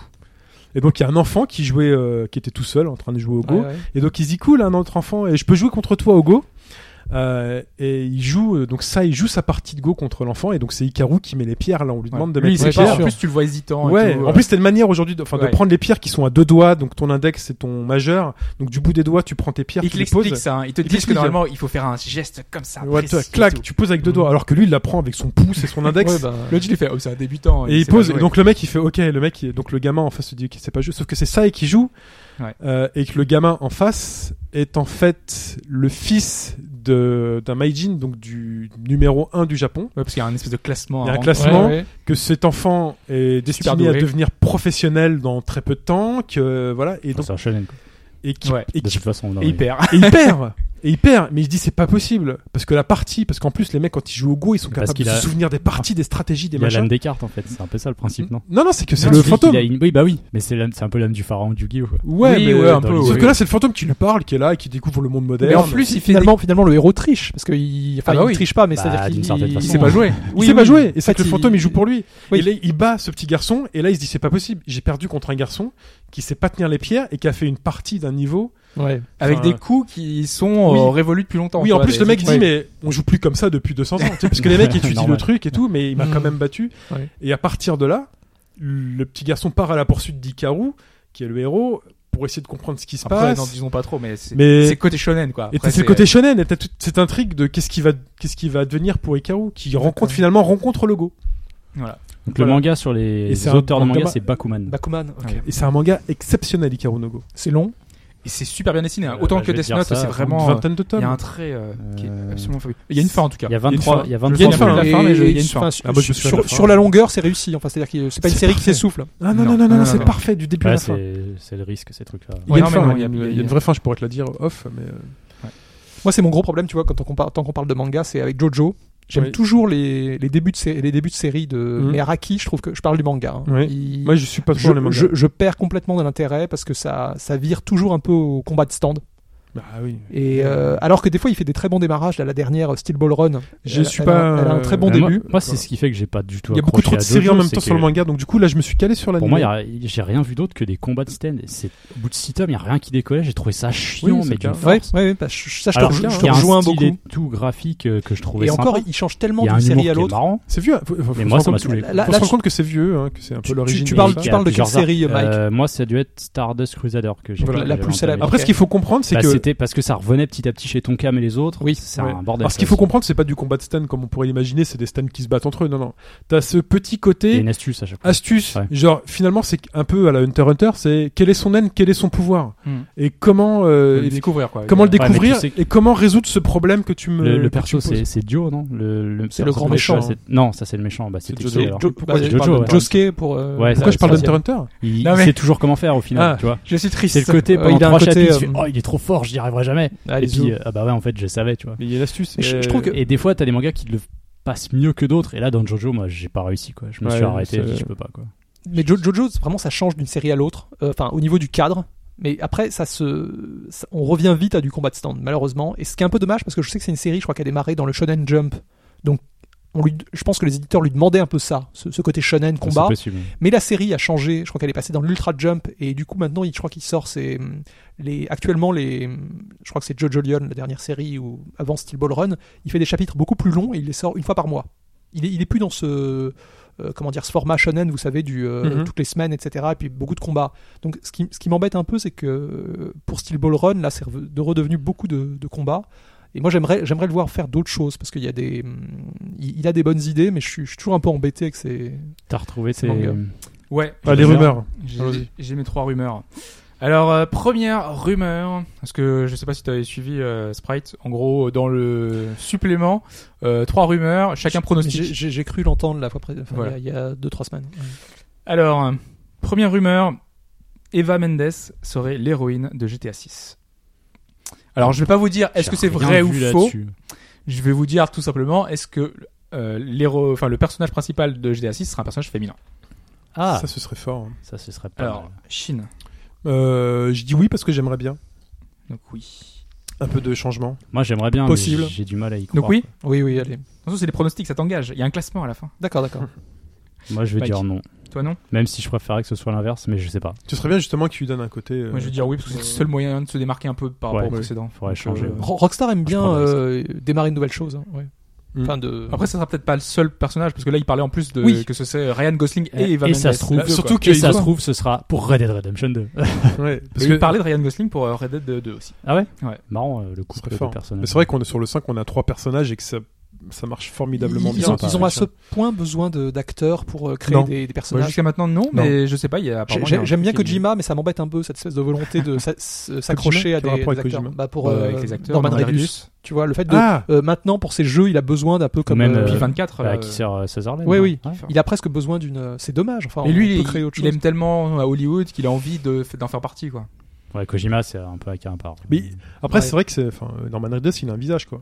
[SPEAKER 1] et donc il y a un enfant qui jouait euh, qui était tout seul en train de jouer au go
[SPEAKER 4] Ouais, ouais.
[SPEAKER 1] et donc il se dit cool, un autre enfant, et je peux jouer contre toi au Go. Euh, et il joue euh, donc ça, il joue sa partie de Go contre l'enfant, et donc c'est Hikaru qui met les pierres. Là, on lui
[SPEAKER 2] Ouais.
[SPEAKER 1] demande de
[SPEAKER 2] Lui, il
[SPEAKER 1] mettre les
[SPEAKER 2] sait pas.
[SPEAKER 1] pierres.
[SPEAKER 2] En plus, tu le vois hésitant. et
[SPEAKER 1] Ouais,
[SPEAKER 2] tout,
[SPEAKER 1] en
[SPEAKER 2] euh,
[SPEAKER 1] plus, t'as une manière aujourd'hui de, enfin, de
[SPEAKER 2] Ouais.
[SPEAKER 1] prendre les pierres qui sont à deux doigts, donc ton index et ton majeur. Donc, du bout des doigts, tu prends tes pierres,
[SPEAKER 2] Ils
[SPEAKER 1] tu
[SPEAKER 2] te
[SPEAKER 1] les
[SPEAKER 2] l'expliquent
[SPEAKER 1] poses.
[SPEAKER 2] ça. hein. Ils te
[SPEAKER 1] Il
[SPEAKER 2] disent que
[SPEAKER 1] t'explique.
[SPEAKER 2] normalement, il faut faire un geste comme ça.
[SPEAKER 1] Ouais,
[SPEAKER 2] précis
[SPEAKER 1] toi,
[SPEAKER 2] et
[SPEAKER 1] clac,
[SPEAKER 2] tout.
[SPEAKER 1] tu poses avec deux doigts. Alors que lui, il la prend avec son pouce et son index.
[SPEAKER 4] Ouais, bah,
[SPEAKER 2] L'autre, il fait oh, c'est un débutant.
[SPEAKER 1] Et il
[SPEAKER 2] sait pas
[SPEAKER 1] pose,
[SPEAKER 2] jouer.
[SPEAKER 1] et donc le mec il fait ok, le mec, il- donc le gamin en face se dit ok, c'est pas juste, sauf que c'est Sai qui joue,
[SPEAKER 2] Ouais.
[SPEAKER 1] euh, et que le gamin en face est en fait le fils de d'un Maijin, donc du numéro 1 du Japon,
[SPEAKER 2] Ouais, parce qu'il y a un espèce de classement.
[SPEAKER 1] Il y a
[SPEAKER 2] à
[SPEAKER 1] un
[SPEAKER 2] rendre.
[SPEAKER 1] classement.
[SPEAKER 4] ouais, ouais.
[SPEAKER 1] que cet enfant est destiné à
[SPEAKER 2] doué.
[SPEAKER 1] devenir professionnel dans très peu de temps, que voilà, et
[SPEAKER 3] Enfin,
[SPEAKER 1] donc,
[SPEAKER 3] c'est un shonen, quoi.
[SPEAKER 1] et qui,
[SPEAKER 2] Ouais.
[SPEAKER 1] et
[SPEAKER 3] De
[SPEAKER 1] qui-
[SPEAKER 3] toute façon, non,
[SPEAKER 2] Et
[SPEAKER 3] mais-
[SPEAKER 2] il perd.
[SPEAKER 1] et il perd Et il perd, mais il se dit c'est pas possible parce que la partie, parce qu'en plus les mecs quand ils jouent au go ils sont
[SPEAKER 3] Parce
[SPEAKER 1] capables de
[SPEAKER 3] qu'il
[SPEAKER 1] se
[SPEAKER 3] a-
[SPEAKER 1] souvenir des parties, des stratégies, des
[SPEAKER 3] Il y a l'âme
[SPEAKER 1] machins.
[SPEAKER 3] des cartes en fait, c'est un peu ça le principe, non
[SPEAKER 1] Non non c'est que c'est
[SPEAKER 3] Non,
[SPEAKER 1] le
[SPEAKER 3] lui qui
[SPEAKER 1] fantôme.
[SPEAKER 3] a une- Oui, bah oui, mais c'est l'âme- c'est un peu l'âme du pharaon du Guy.
[SPEAKER 1] Ouais,
[SPEAKER 2] Oui,
[SPEAKER 1] mais
[SPEAKER 3] euh,
[SPEAKER 2] ouais, un
[SPEAKER 1] dans
[SPEAKER 2] peu,
[SPEAKER 1] les- Sauf
[SPEAKER 2] ouais.
[SPEAKER 1] que là, c'est le fantôme qui le parle, qui est là, et qui découvre le monde moderne.
[SPEAKER 4] Mais en plus, il finalement, finalement, le héros triche. Parce qu'il enfin,
[SPEAKER 2] Ah bah
[SPEAKER 4] il
[SPEAKER 2] oui.
[SPEAKER 4] triche pas, mais
[SPEAKER 3] Bah,
[SPEAKER 4] c'est-à-dire
[SPEAKER 3] d'une
[SPEAKER 4] qu'il
[SPEAKER 3] certaine
[SPEAKER 4] il
[SPEAKER 3] façon,
[SPEAKER 4] sait
[SPEAKER 3] hein.
[SPEAKER 4] pas jouer.
[SPEAKER 1] il sait pas jouer. Et c'est
[SPEAKER 4] En
[SPEAKER 1] que le
[SPEAKER 4] fait,
[SPEAKER 1] fantôme, il...
[SPEAKER 4] il
[SPEAKER 1] joue pour lui.
[SPEAKER 4] Oui.
[SPEAKER 1] Et là, il bat ce petit garçon, et là, il se dit, c'est pas possible. J'ai perdu contre un garçon qui sait pas tenir les pierres et qui a fait une partie d'un niveau.
[SPEAKER 4] Ouais.
[SPEAKER 2] Avec
[SPEAKER 1] Enfin,
[SPEAKER 2] des coups qui sont euh,
[SPEAKER 1] oui.
[SPEAKER 2] révolus depuis longtemps.
[SPEAKER 1] oui,
[SPEAKER 2] tu
[SPEAKER 1] en
[SPEAKER 2] vois,
[SPEAKER 1] plus,
[SPEAKER 2] des-
[SPEAKER 1] le mec dit,
[SPEAKER 2] Ouais.
[SPEAKER 1] mais on joue plus comme ça depuis 200 ans. Tu sais, parce que les mecs étudient le
[SPEAKER 3] Normal.
[SPEAKER 1] truc et tout, mais il m'a quand
[SPEAKER 4] Mm.
[SPEAKER 1] même battu.
[SPEAKER 4] Ouais.
[SPEAKER 1] Et à partir de là, le petit garçon part à la poursuite d'Ikaru, qui est le héros, pour essayer de comprendre ce qui se
[SPEAKER 2] Après, non,
[SPEAKER 1] passe.
[SPEAKER 2] disons pas trop, mais c'est
[SPEAKER 1] Mais-
[SPEAKER 2] c'est côté shonen quoi.
[SPEAKER 1] Et
[SPEAKER 2] Après,
[SPEAKER 1] t'as c'est le côté shonen, et t'as toute cette intrigue de qu'est-ce qui va, qu'est-ce qui va devenir pour Ikaru, qui rencontre finalement rencontre le go.
[SPEAKER 2] euh, Voilà.
[SPEAKER 3] Donc
[SPEAKER 1] Voilà.
[SPEAKER 3] le manga sur les
[SPEAKER 1] Et c'est un
[SPEAKER 3] auteurs de manga,
[SPEAKER 1] manga-
[SPEAKER 3] c'est Bakuman.
[SPEAKER 4] Bakuman, ok.
[SPEAKER 2] Ouais.
[SPEAKER 1] Et c'est un manga exceptionnel, Ikaru no Go.
[SPEAKER 4] C'est long.
[SPEAKER 2] Et c'est super bien dessiné. hein.
[SPEAKER 3] Euh,
[SPEAKER 2] Autant
[SPEAKER 3] bah,
[SPEAKER 2] que
[SPEAKER 3] je vais
[SPEAKER 2] Death
[SPEAKER 3] dire
[SPEAKER 2] Note,
[SPEAKER 3] ça,
[SPEAKER 2] c'est
[SPEAKER 3] une
[SPEAKER 2] vraiment.
[SPEAKER 1] Une vingtaine de
[SPEAKER 2] Il y a
[SPEAKER 1] tomes.
[SPEAKER 2] un trait euh, qui est
[SPEAKER 3] Euh,
[SPEAKER 2] absolument fabuleux. Il y a une fin en tout cas.
[SPEAKER 3] Il y a
[SPEAKER 1] fin.
[SPEAKER 3] 23, il y a
[SPEAKER 2] Je me
[SPEAKER 3] 23
[SPEAKER 1] Il y a une
[SPEAKER 2] souviens plus de
[SPEAKER 1] fin,
[SPEAKER 2] la fin, mais je- il y a une
[SPEAKER 4] sur-
[SPEAKER 2] fin.
[SPEAKER 1] Ah, moi, je me souviens de la
[SPEAKER 4] sur,
[SPEAKER 1] fin.
[SPEAKER 4] sur la longueur, c'est réussi. Enfin, c'est-à-dire que c'est pas une
[SPEAKER 1] C'est
[SPEAKER 4] série qui
[SPEAKER 1] parfait.
[SPEAKER 4] s'essouffle.
[SPEAKER 1] Ah non, non,
[SPEAKER 2] Non,
[SPEAKER 1] non, non,
[SPEAKER 2] non,
[SPEAKER 1] c'est
[SPEAKER 2] non.
[SPEAKER 1] parfait du début à
[SPEAKER 3] Ouais,
[SPEAKER 1] la fin.
[SPEAKER 3] c'est c'est le risque ces trucs-là.
[SPEAKER 1] Il y a une
[SPEAKER 2] Ouais,
[SPEAKER 1] fin,
[SPEAKER 2] non, mais non,
[SPEAKER 1] il y a-
[SPEAKER 2] il y a-
[SPEAKER 1] il y a une vraie fin, je pourrais te la dire off, mais euh,
[SPEAKER 4] Moi, c'est mon gros problème, tu vois, quand on compare, tant qu'on parle de manga, c'est avec Jojo. J'aime
[SPEAKER 1] Oui.
[SPEAKER 4] toujours les, les débuts de sé- les débuts de série de
[SPEAKER 1] Mhm.
[SPEAKER 4] mais Araki, je trouve que je parle du manga. hein.
[SPEAKER 1] Oui.
[SPEAKER 4] Il-
[SPEAKER 1] moi je suis pas trop
[SPEAKER 4] je,
[SPEAKER 1] dans les mangas.
[SPEAKER 4] je- je perds complètement de l'intérêt parce que ça ça vire toujours un peu au combat de stand.
[SPEAKER 1] Bah oui.
[SPEAKER 4] Et euh, alors que des fois, il fait des très bons démarrages. Là, la dernière euh, Steel Ball Run,
[SPEAKER 1] Je
[SPEAKER 4] elle-
[SPEAKER 1] suis
[SPEAKER 4] elle a-
[SPEAKER 1] pas,
[SPEAKER 4] elle a un
[SPEAKER 1] euh,
[SPEAKER 4] très bon
[SPEAKER 3] Bah, moi-
[SPEAKER 4] début.
[SPEAKER 3] Moi, c'est ce qui fait que j'ai pas du tout.
[SPEAKER 1] Il y a beaucoup
[SPEAKER 3] accroché
[SPEAKER 1] trop de
[SPEAKER 3] à
[SPEAKER 1] séries en
[SPEAKER 3] Dojo,
[SPEAKER 1] même
[SPEAKER 3] c'est
[SPEAKER 1] temps sur
[SPEAKER 3] que
[SPEAKER 1] le manga, donc du coup là je me suis calé sur l'anime.
[SPEAKER 3] Pour moi, il y a- j'ai rien vu d'autre que des combats de stand. C'est au bout de 6 tomes, il y a rien qui décollait. J'ai trouvé ça chiant,
[SPEAKER 1] Oui, c'est
[SPEAKER 3] mais
[SPEAKER 1] clair.
[SPEAKER 3] d'une
[SPEAKER 4] Ouais,
[SPEAKER 3] force.
[SPEAKER 4] ouais, ouais, bah, je, ça, je te
[SPEAKER 3] Alors,
[SPEAKER 4] rejoins-
[SPEAKER 1] il
[SPEAKER 4] je
[SPEAKER 1] y
[SPEAKER 4] te
[SPEAKER 3] a un
[SPEAKER 4] rejoins
[SPEAKER 3] style
[SPEAKER 4] beaucoup.
[SPEAKER 3] et tout graphique euh, que je trouvais
[SPEAKER 4] Et
[SPEAKER 3] sympa.
[SPEAKER 4] encore, il change tellement
[SPEAKER 3] il y a
[SPEAKER 4] d'une
[SPEAKER 3] un humour
[SPEAKER 4] série à
[SPEAKER 3] qui est
[SPEAKER 4] l'autre.
[SPEAKER 3] marrant.
[SPEAKER 1] C'est vieux. hein. Faut- faut-
[SPEAKER 3] Mais
[SPEAKER 1] faut
[SPEAKER 3] moi,
[SPEAKER 1] se rendre
[SPEAKER 3] ça m'a
[SPEAKER 1] compte-
[SPEAKER 3] saoulé.
[SPEAKER 4] Là-
[SPEAKER 1] faut se rendre
[SPEAKER 4] tu-
[SPEAKER 1] compte que c'est vieux, hein, que c'est un peu
[SPEAKER 4] tu-
[SPEAKER 1] l'origine.
[SPEAKER 4] tu
[SPEAKER 1] de
[SPEAKER 4] parles-
[SPEAKER 1] ça.
[SPEAKER 3] Il
[SPEAKER 4] tu
[SPEAKER 3] y a
[SPEAKER 4] parles de quelle
[SPEAKER 3] plusieurs arcs.
[SPEAKER 4] série, Mike
[SPEAKER 3] Euh, Moi, ça a dû être Stardust Crusader que j'ai.
[SPEAKER 1] Voilà,
[SPEAKER 3] que
[SPEAKER 1] la
[SPEAKER 3] j'avais
[SPEAKER 4] plus célèbre.
[SPEAKER 3] entamé.
[SPEAKER 1] Après, ce qu'il faut comprendre, c'est
[SPEAKER 3] Bah,
[SPEAKER 1] que
[SPEAKER 3] c'était parce que ça revenait petit à petit chez Tonkam et les autres.
[SPEAKER 4] Oui,
[SPEAKER 3] c'est
[SPEAKER 1] ouais.
[SPEAKER 3] un bordel.
[SPEAKER 1] Alors, ce qu'il faut comprendre, c'est pas du combat de stand comme on pourrait l'imaginer, c'est des stands qui se battent entre eux. Non, non. T'as ce petit
[SPEAKER 3] Il y a
[SPEAKER 1] côté
[SPEAKER 3] une astuce à chaque fois.
[SPEAKER 1] astuce.
[SPEAKER 3] Ouais.
[SPEAKER 1] Genre, finalement, c'est un peu à la Hunter x Hunter, c'est quel est son haine, quel est son pouvoir,
[SPEAKER 2] Hmm.
[SPEAKER 1] et comment, euh,
[SPEAKER 2] Faut le
[SPEAKER 1] et-
[SPEAKER 2] découvrir quoi.
[SPEAKER 1] comment le
[SPEAKER 2] Il y a-
[SPEAKER 3] mais tu
[SPEAKER 1] découvrir,
[SPEAKER 3] sais que-
[SPEAKER 1] et comment résoudre ce problème que tu me.
[SPEAKER 3] Le,
[SPEAKER 1] euh,
[SPEAKER 3] le
[SPEAKER 1] que tu
[SPEAKER 3] perso,
[SPEAKER 1] me poses.
[SPEAKER 3] c'est c'est Dio, non Le,
[SPEAKER 4] C'est le grand
[SPEAKER 3] personnage,
[SPEAKER 4] méchant,
[SPEAKER 3] c'est- Non, ça c'est le méchant. Bah, c'était
[SPEAKER 1] Jojo.
[SPEAKER 3] qui, alors
[SPEAKER 4] Jo-
[SPEAKER 1] Pourquoi
[SPEAKER 4] bah,
[SPEAKER 1] je
[SPEAKER 4] je
[SPEAKER 3] parle
[SPEAKER 4] parle
[SPEAKER 3] de
[SPEAKER 4] de Josuke pour. euh,
[SPEAKER 3] Ouais,
[SPEAKER 1] Pourquoi je parle
[SPEAKER 4] la-
[SPEAKER 1] d'Hunter x Hunter
[SPEAKER 3] Il,
[SPEAKER 2] Non,
[SPEAKER 3] il
[SPEAKER 2] mais-
[SPEAKER 3] sait toujours comment faire au final,
[SPEAKER 1] Ah.
[SPEAKER 3] tu vois.
[SPEAKER 2] Je suis triste.
[SPEAKER 3] C'est le côté
[SPEAKER 4] Ouais,
[SPEAKER 3] pendant
[SPEAKER 4] il a un
[SPEAKER 3] trois
[SPEAKER 4] côté,
[SPEAKER 3] chapitres,
[SPEAKER 4] euh,
[SPEAKER 3] il fait, oh il est trop fort, j'y arriverai jamais.
[SPEAKER 4] Ah,
[SPEAKER 3] et
[SPEAKER 4] les
[SPEAKER 3] puis
[SPEAKER 4] zoos.
[SPEAKER 3] euh, ah bah ouais en fait je savais, tu vois.
[SPEAKER 1] Mais il y a l'astuce.
[SPEAKER 4] Mais je- je trouve que-
[SPEAKER 3] Et des fois t'as des mangas qui le passent mieux que d'autres. Et là dans Jojo moi j'ai pas réussi quoi. Je me
[SPEAKER 1] Ouais,
[SPEAKER 3] suis arrêté,
[SPEAKER 1] c'est-
[SPEAKER 3] j'ai dit, je peux pas quoi.
[SPEAKER 4] Mais Jo- Jojo, c'est vraiment, ça change d'une série à l'autre. euh, Enfin, au niveau du cadre. Mais après, ça se, ça- on revient vite à du combat de stand, malheureusement. Et ce qui est un peu dommage, parce que je sais que c'est une série, je crois qu'elle a démarré dans le Shonen Jump. Donc, on lui, je pense que les éditeurs lui demandaient un peu ça, ce, ce côté Shonen
[SPEAKER 3] Ça,
[SPEAKER 4] combat.
[SPEAKER 3] C'est possible.
[SPEAKER 4] Mais la série a changé. Je crois qu'elle est passée dans l'Ultra Jump. Et du coup, maintenant, il- je crois qu'il sort ses, hum, les, actuellement, les, hum, je crois que c'est Jojo Lyon, la dernière série, ou avant Steel Ball Run. Il fait des chapitres beaucoup plus longs et il les sort une fois par mois. Il est, il est plus dans ce, euh, comment dire, ce format shonen, vous savez, du, euh,
[SPEAKER 1] Mhm.
[SPEAKER 4] toutes les semaines, etc. Et puis beaucoup de combats. Donc, ce qui, ce qui m'embête un peu, c'est que euh, pour Steel Ball Run, là, c'est reve- de redevenu beaucoup de, de combats. Et moi, j'aimerais, j'aimerais le voir faire d'autres choses parce qu'il y a des, hum, il, il a des bonnes idées, mais je suis, je suis toujours un peu embêté avec ses,
[SPEAKER 3] T'as retrouvé
[SPEAKER 4] C'est
[SPEAKER 3] tes...
[SPEAKER 4] manga.
[SPEAKER 2] Ouais.
[SPEAKER 1] Ah, les
[SPEAKER 2] J'ai-
[SPEAKER 1] rumeurs.
[SPEAKER 2] j'ai-
[SPEAKER 1] Allons-y.
[SPEAKER 2] J'ai mes trois rumeurs. Alors euh, première rumeur, parce que je sais pas si tu avais suivi euh, Sprite. En gros, dans le supplément, euh, trois rumeurs, chacun pronostique.
[SPEAKER 4] J'ai- J'ai j'ai cru l'entendre la fois pré- enfin,
[SPEAKER 2] Voilà.
[SPEAKER 4] il y a 2-3 semaines.
[SPEAKER 2] Alors, euh, première rumeur, Eva Mendes serait l'héroïne de GTA 6. Alors, je vais pas vous dire est-ce
[SPEAKER 3] J'ai
[SPEAKER 2] que c'est
[SPEAKER 3] rien
[SPEAKER 2] vrai ou
[SPEAKER 3] vu
[SPEAKER 2] faux.
[SPEAKER 3] là-dessus.
[SPEAKER 2] Je vais vous dire tout simplement est-ce que euh, l'héro- enfin, le personnage principal de GTA 6 sera un personnage féminin.
[SPEAKER 3] Ah
[SPEAKER 1] Ça, ce serait fort. hein.
[SPEAKER 3] ça ce serait pas.
[SPEAKER 2] Alors,
[SPEAKER 3] mal.
[SPEAKER 2] Chine.
[SPEAKER 1] Euh, je dis oui parce que j'aimerais bien
[SPEAKER 2] Donc oui.
[SPEAKER 1] un peu de changement.
[SPEAKER 3] Moi j'aimerais bien. mais
[SPEAKER 4] Possible.
[SPEAKER 3] J'ai du mal à y croire.
[SPEAKER 2] Donc oui.
[SPEAKER 4] Oui, oui, allez.
[SPEAKER 2] Attention, c'est des pronostics, ça t'engage. Il y a un classement à la fin.
[SPEAKER 4] D'accord, d'accord.
[SPEAKER 3] Moi je vais
[SPEAKER 2] Mike.
[SPEAKER 3] dire non.
[SPEAKER 2] Toi non
[SPEAKER 3] Même si je préférerais que ce soit l'inverse, mais je sais pas.
[SPEAKER 1] Ce serait bien justement qu'il lui donne un côté. euh,
[SPEAKER 2] Moi je vais dire oui parce que c'est le seul moyen de se démarquer un peu par
[SPEAKER 3] Ouais.
[SPEAKER 2] rapport au
[SPEAKER 1] Ouais.
[SPEAKER 2] précédent.
[SPEAKER 3] Faudrait
[SPEAKER 2] Donc,
[SPEAKER 3] changer,
[SPEAKER 2] euh,
[SPEAKER 3] ouais.
[SPEAKER 4] [LAUGHS] Ro- Rockstar aime bien
[SPEAKER 3] prends le
[SPEAKER 4] euh, démarrer une nouvelle chose. hein, ouais.
[SPEAKER 1] Mm.
[SPEAKER 4] Enfin, de...
[SPEAKER 2] Après ça sera peut-être pas le seul personnage parce que là il parlait en plus de
[SPEAKER 4] Oui.
[SPEAKER 2] que ce serait Ryan Gosling et Eva
[SPEAKER 3] et
[SPEAKER 2] Mendes.
[SPEAKER 3] ça se trouve,
[SPEAKER 2] les deux,
[SPEAKER 1] surtout
[SPEAKER 2] quoi.
[SPEAKER 1] que
[SPEAKER 3] Et ça
[SPEAKER 1] ils
[SPEAKER 3] se
[SPEAKER 1] ont-
[SPEAKER 3] trouve ce sera pour Red Dead Redemption 2.
[SPEAKER 1] Ouais,
[SPEAKER 2] parce
[SPEAKER 1] parce
[SPEAKER 2] que
[SPEAKER 1] que
[SPEAKER 2] parlait de Ryan Gosling pour euh, Red Dead 2 aussi.
[SPEAKER 3] ah ouais.
[SPEAKER 2] Ouais.
[SPEAKER 3] Marrant euh, le
[SPEAKER 1] Ce
[SPEAKER 3] couple
[SPEAKER 1] serait
[SPEAKER 3] de
[SPEAKER 1] fort.
[SPEAKER 3] personnages.
[SPEAKER 1] Mais c'est vrai qu'on est sur le 5, on a trois personnages et que ça, ça marche
[SPEAKER 4] ils,
[SPEAKER 1] formidablement
[SPEAKER 4] ils
[SPEAKER 1] bien.
[SPEAKER 4] ont, ils ont à ce
[SPEAKER 1] Ouais,
[SPEAKER 4] point besoin de- d'acteurs pour euh, créer
[SPEAKER 1] Non.
[SPEAKER 4] des, des
[SPEAKER 2] Bah,
[SPEAKER 4] personnages.
[SPEAKER 2] Jusqu'à maintenant non, mais je sais pas. Il y a
[SPEAKER 4] J'ai-
[SPEAKER 2] apparemment, il y a
[SPEAKER 4] j'ai-
[SPEAKER 2] un
[SPEAKER 4] J'aime bien
[SPEAKER 2] truc qui-
[SPEAKER 4] Kojima, mais ça m'embête un peu cette espèce de volonté de sa- s- s'accrocher à
[SPEAKER 1] Quel
[SPEAKER 4] des,
[SPEAKER 1] rapport
[SPEAKER 4] des
[SPEAKER 1] avec
[SPEAKER 4] acteurs.
[SPEAKER 1] Kojima
[SPEAKER 4] Bah, pour
[SPEAKER 2] Euh,
[SPEAKER 4] euh,
[SPEAKER 2] avec les acteurs,
[SPEAKER 4] Norman
[SPEAKER 2] Norman
[SPEAKER 4] Reedus.
[SPEAKER 2] Reedus.
[SPEAKER 4] Tu vois, le fait de
[SPEAKER 1] Ah
[SPEAKER 4] euh, maintenant pour ses jeux, il a besoin d'un peu comme.
[SPEAKER 3] même,
[SPEAKER 4] euh,
[SPEAKER 2] Puis
[SPEAKER 3] euh,
[SPEAKER 2] 24
[SPEAKER 3] Bah,
[SPEAKER 2] là,
[SPEAKER 3] qui
[SPEAKER 2] euh,
[SPEAKER 3] sert euh, César Lannes,
[SPEAKER 4] Oui,
[SPEAKER 3] hein.
[SPEAKER 4] oui.
[SPEAKER 3] Ouais.
[SPEAKER 4] Il a presque besoin d'une. euh, C'est dommage. Enfin,
[SPEAKER 2] Mais
[SPEAKER 4] on
[SPEAKER 2] lui,
[SPEAKER 4] peut
[SPEAKER 2] il,
[SPEAKER 4] créer autre
[SPEAKER 2] il
[SPEAKER 4] chose.
[SPEAKER 2] aime tellement à Hollywood qu'il a envie de- d'en faire partie, quoi.
[SPEAKER 3] Ouais, Kojima, c'est un peu à un part. Bah,
[SPEAKER 1] Mais après,
[SPEAKER 4] Ouais.
[SPEAKER 1] c'est vrai que c'est, enfin, euh, Norman Reedus, il a un visage quoi.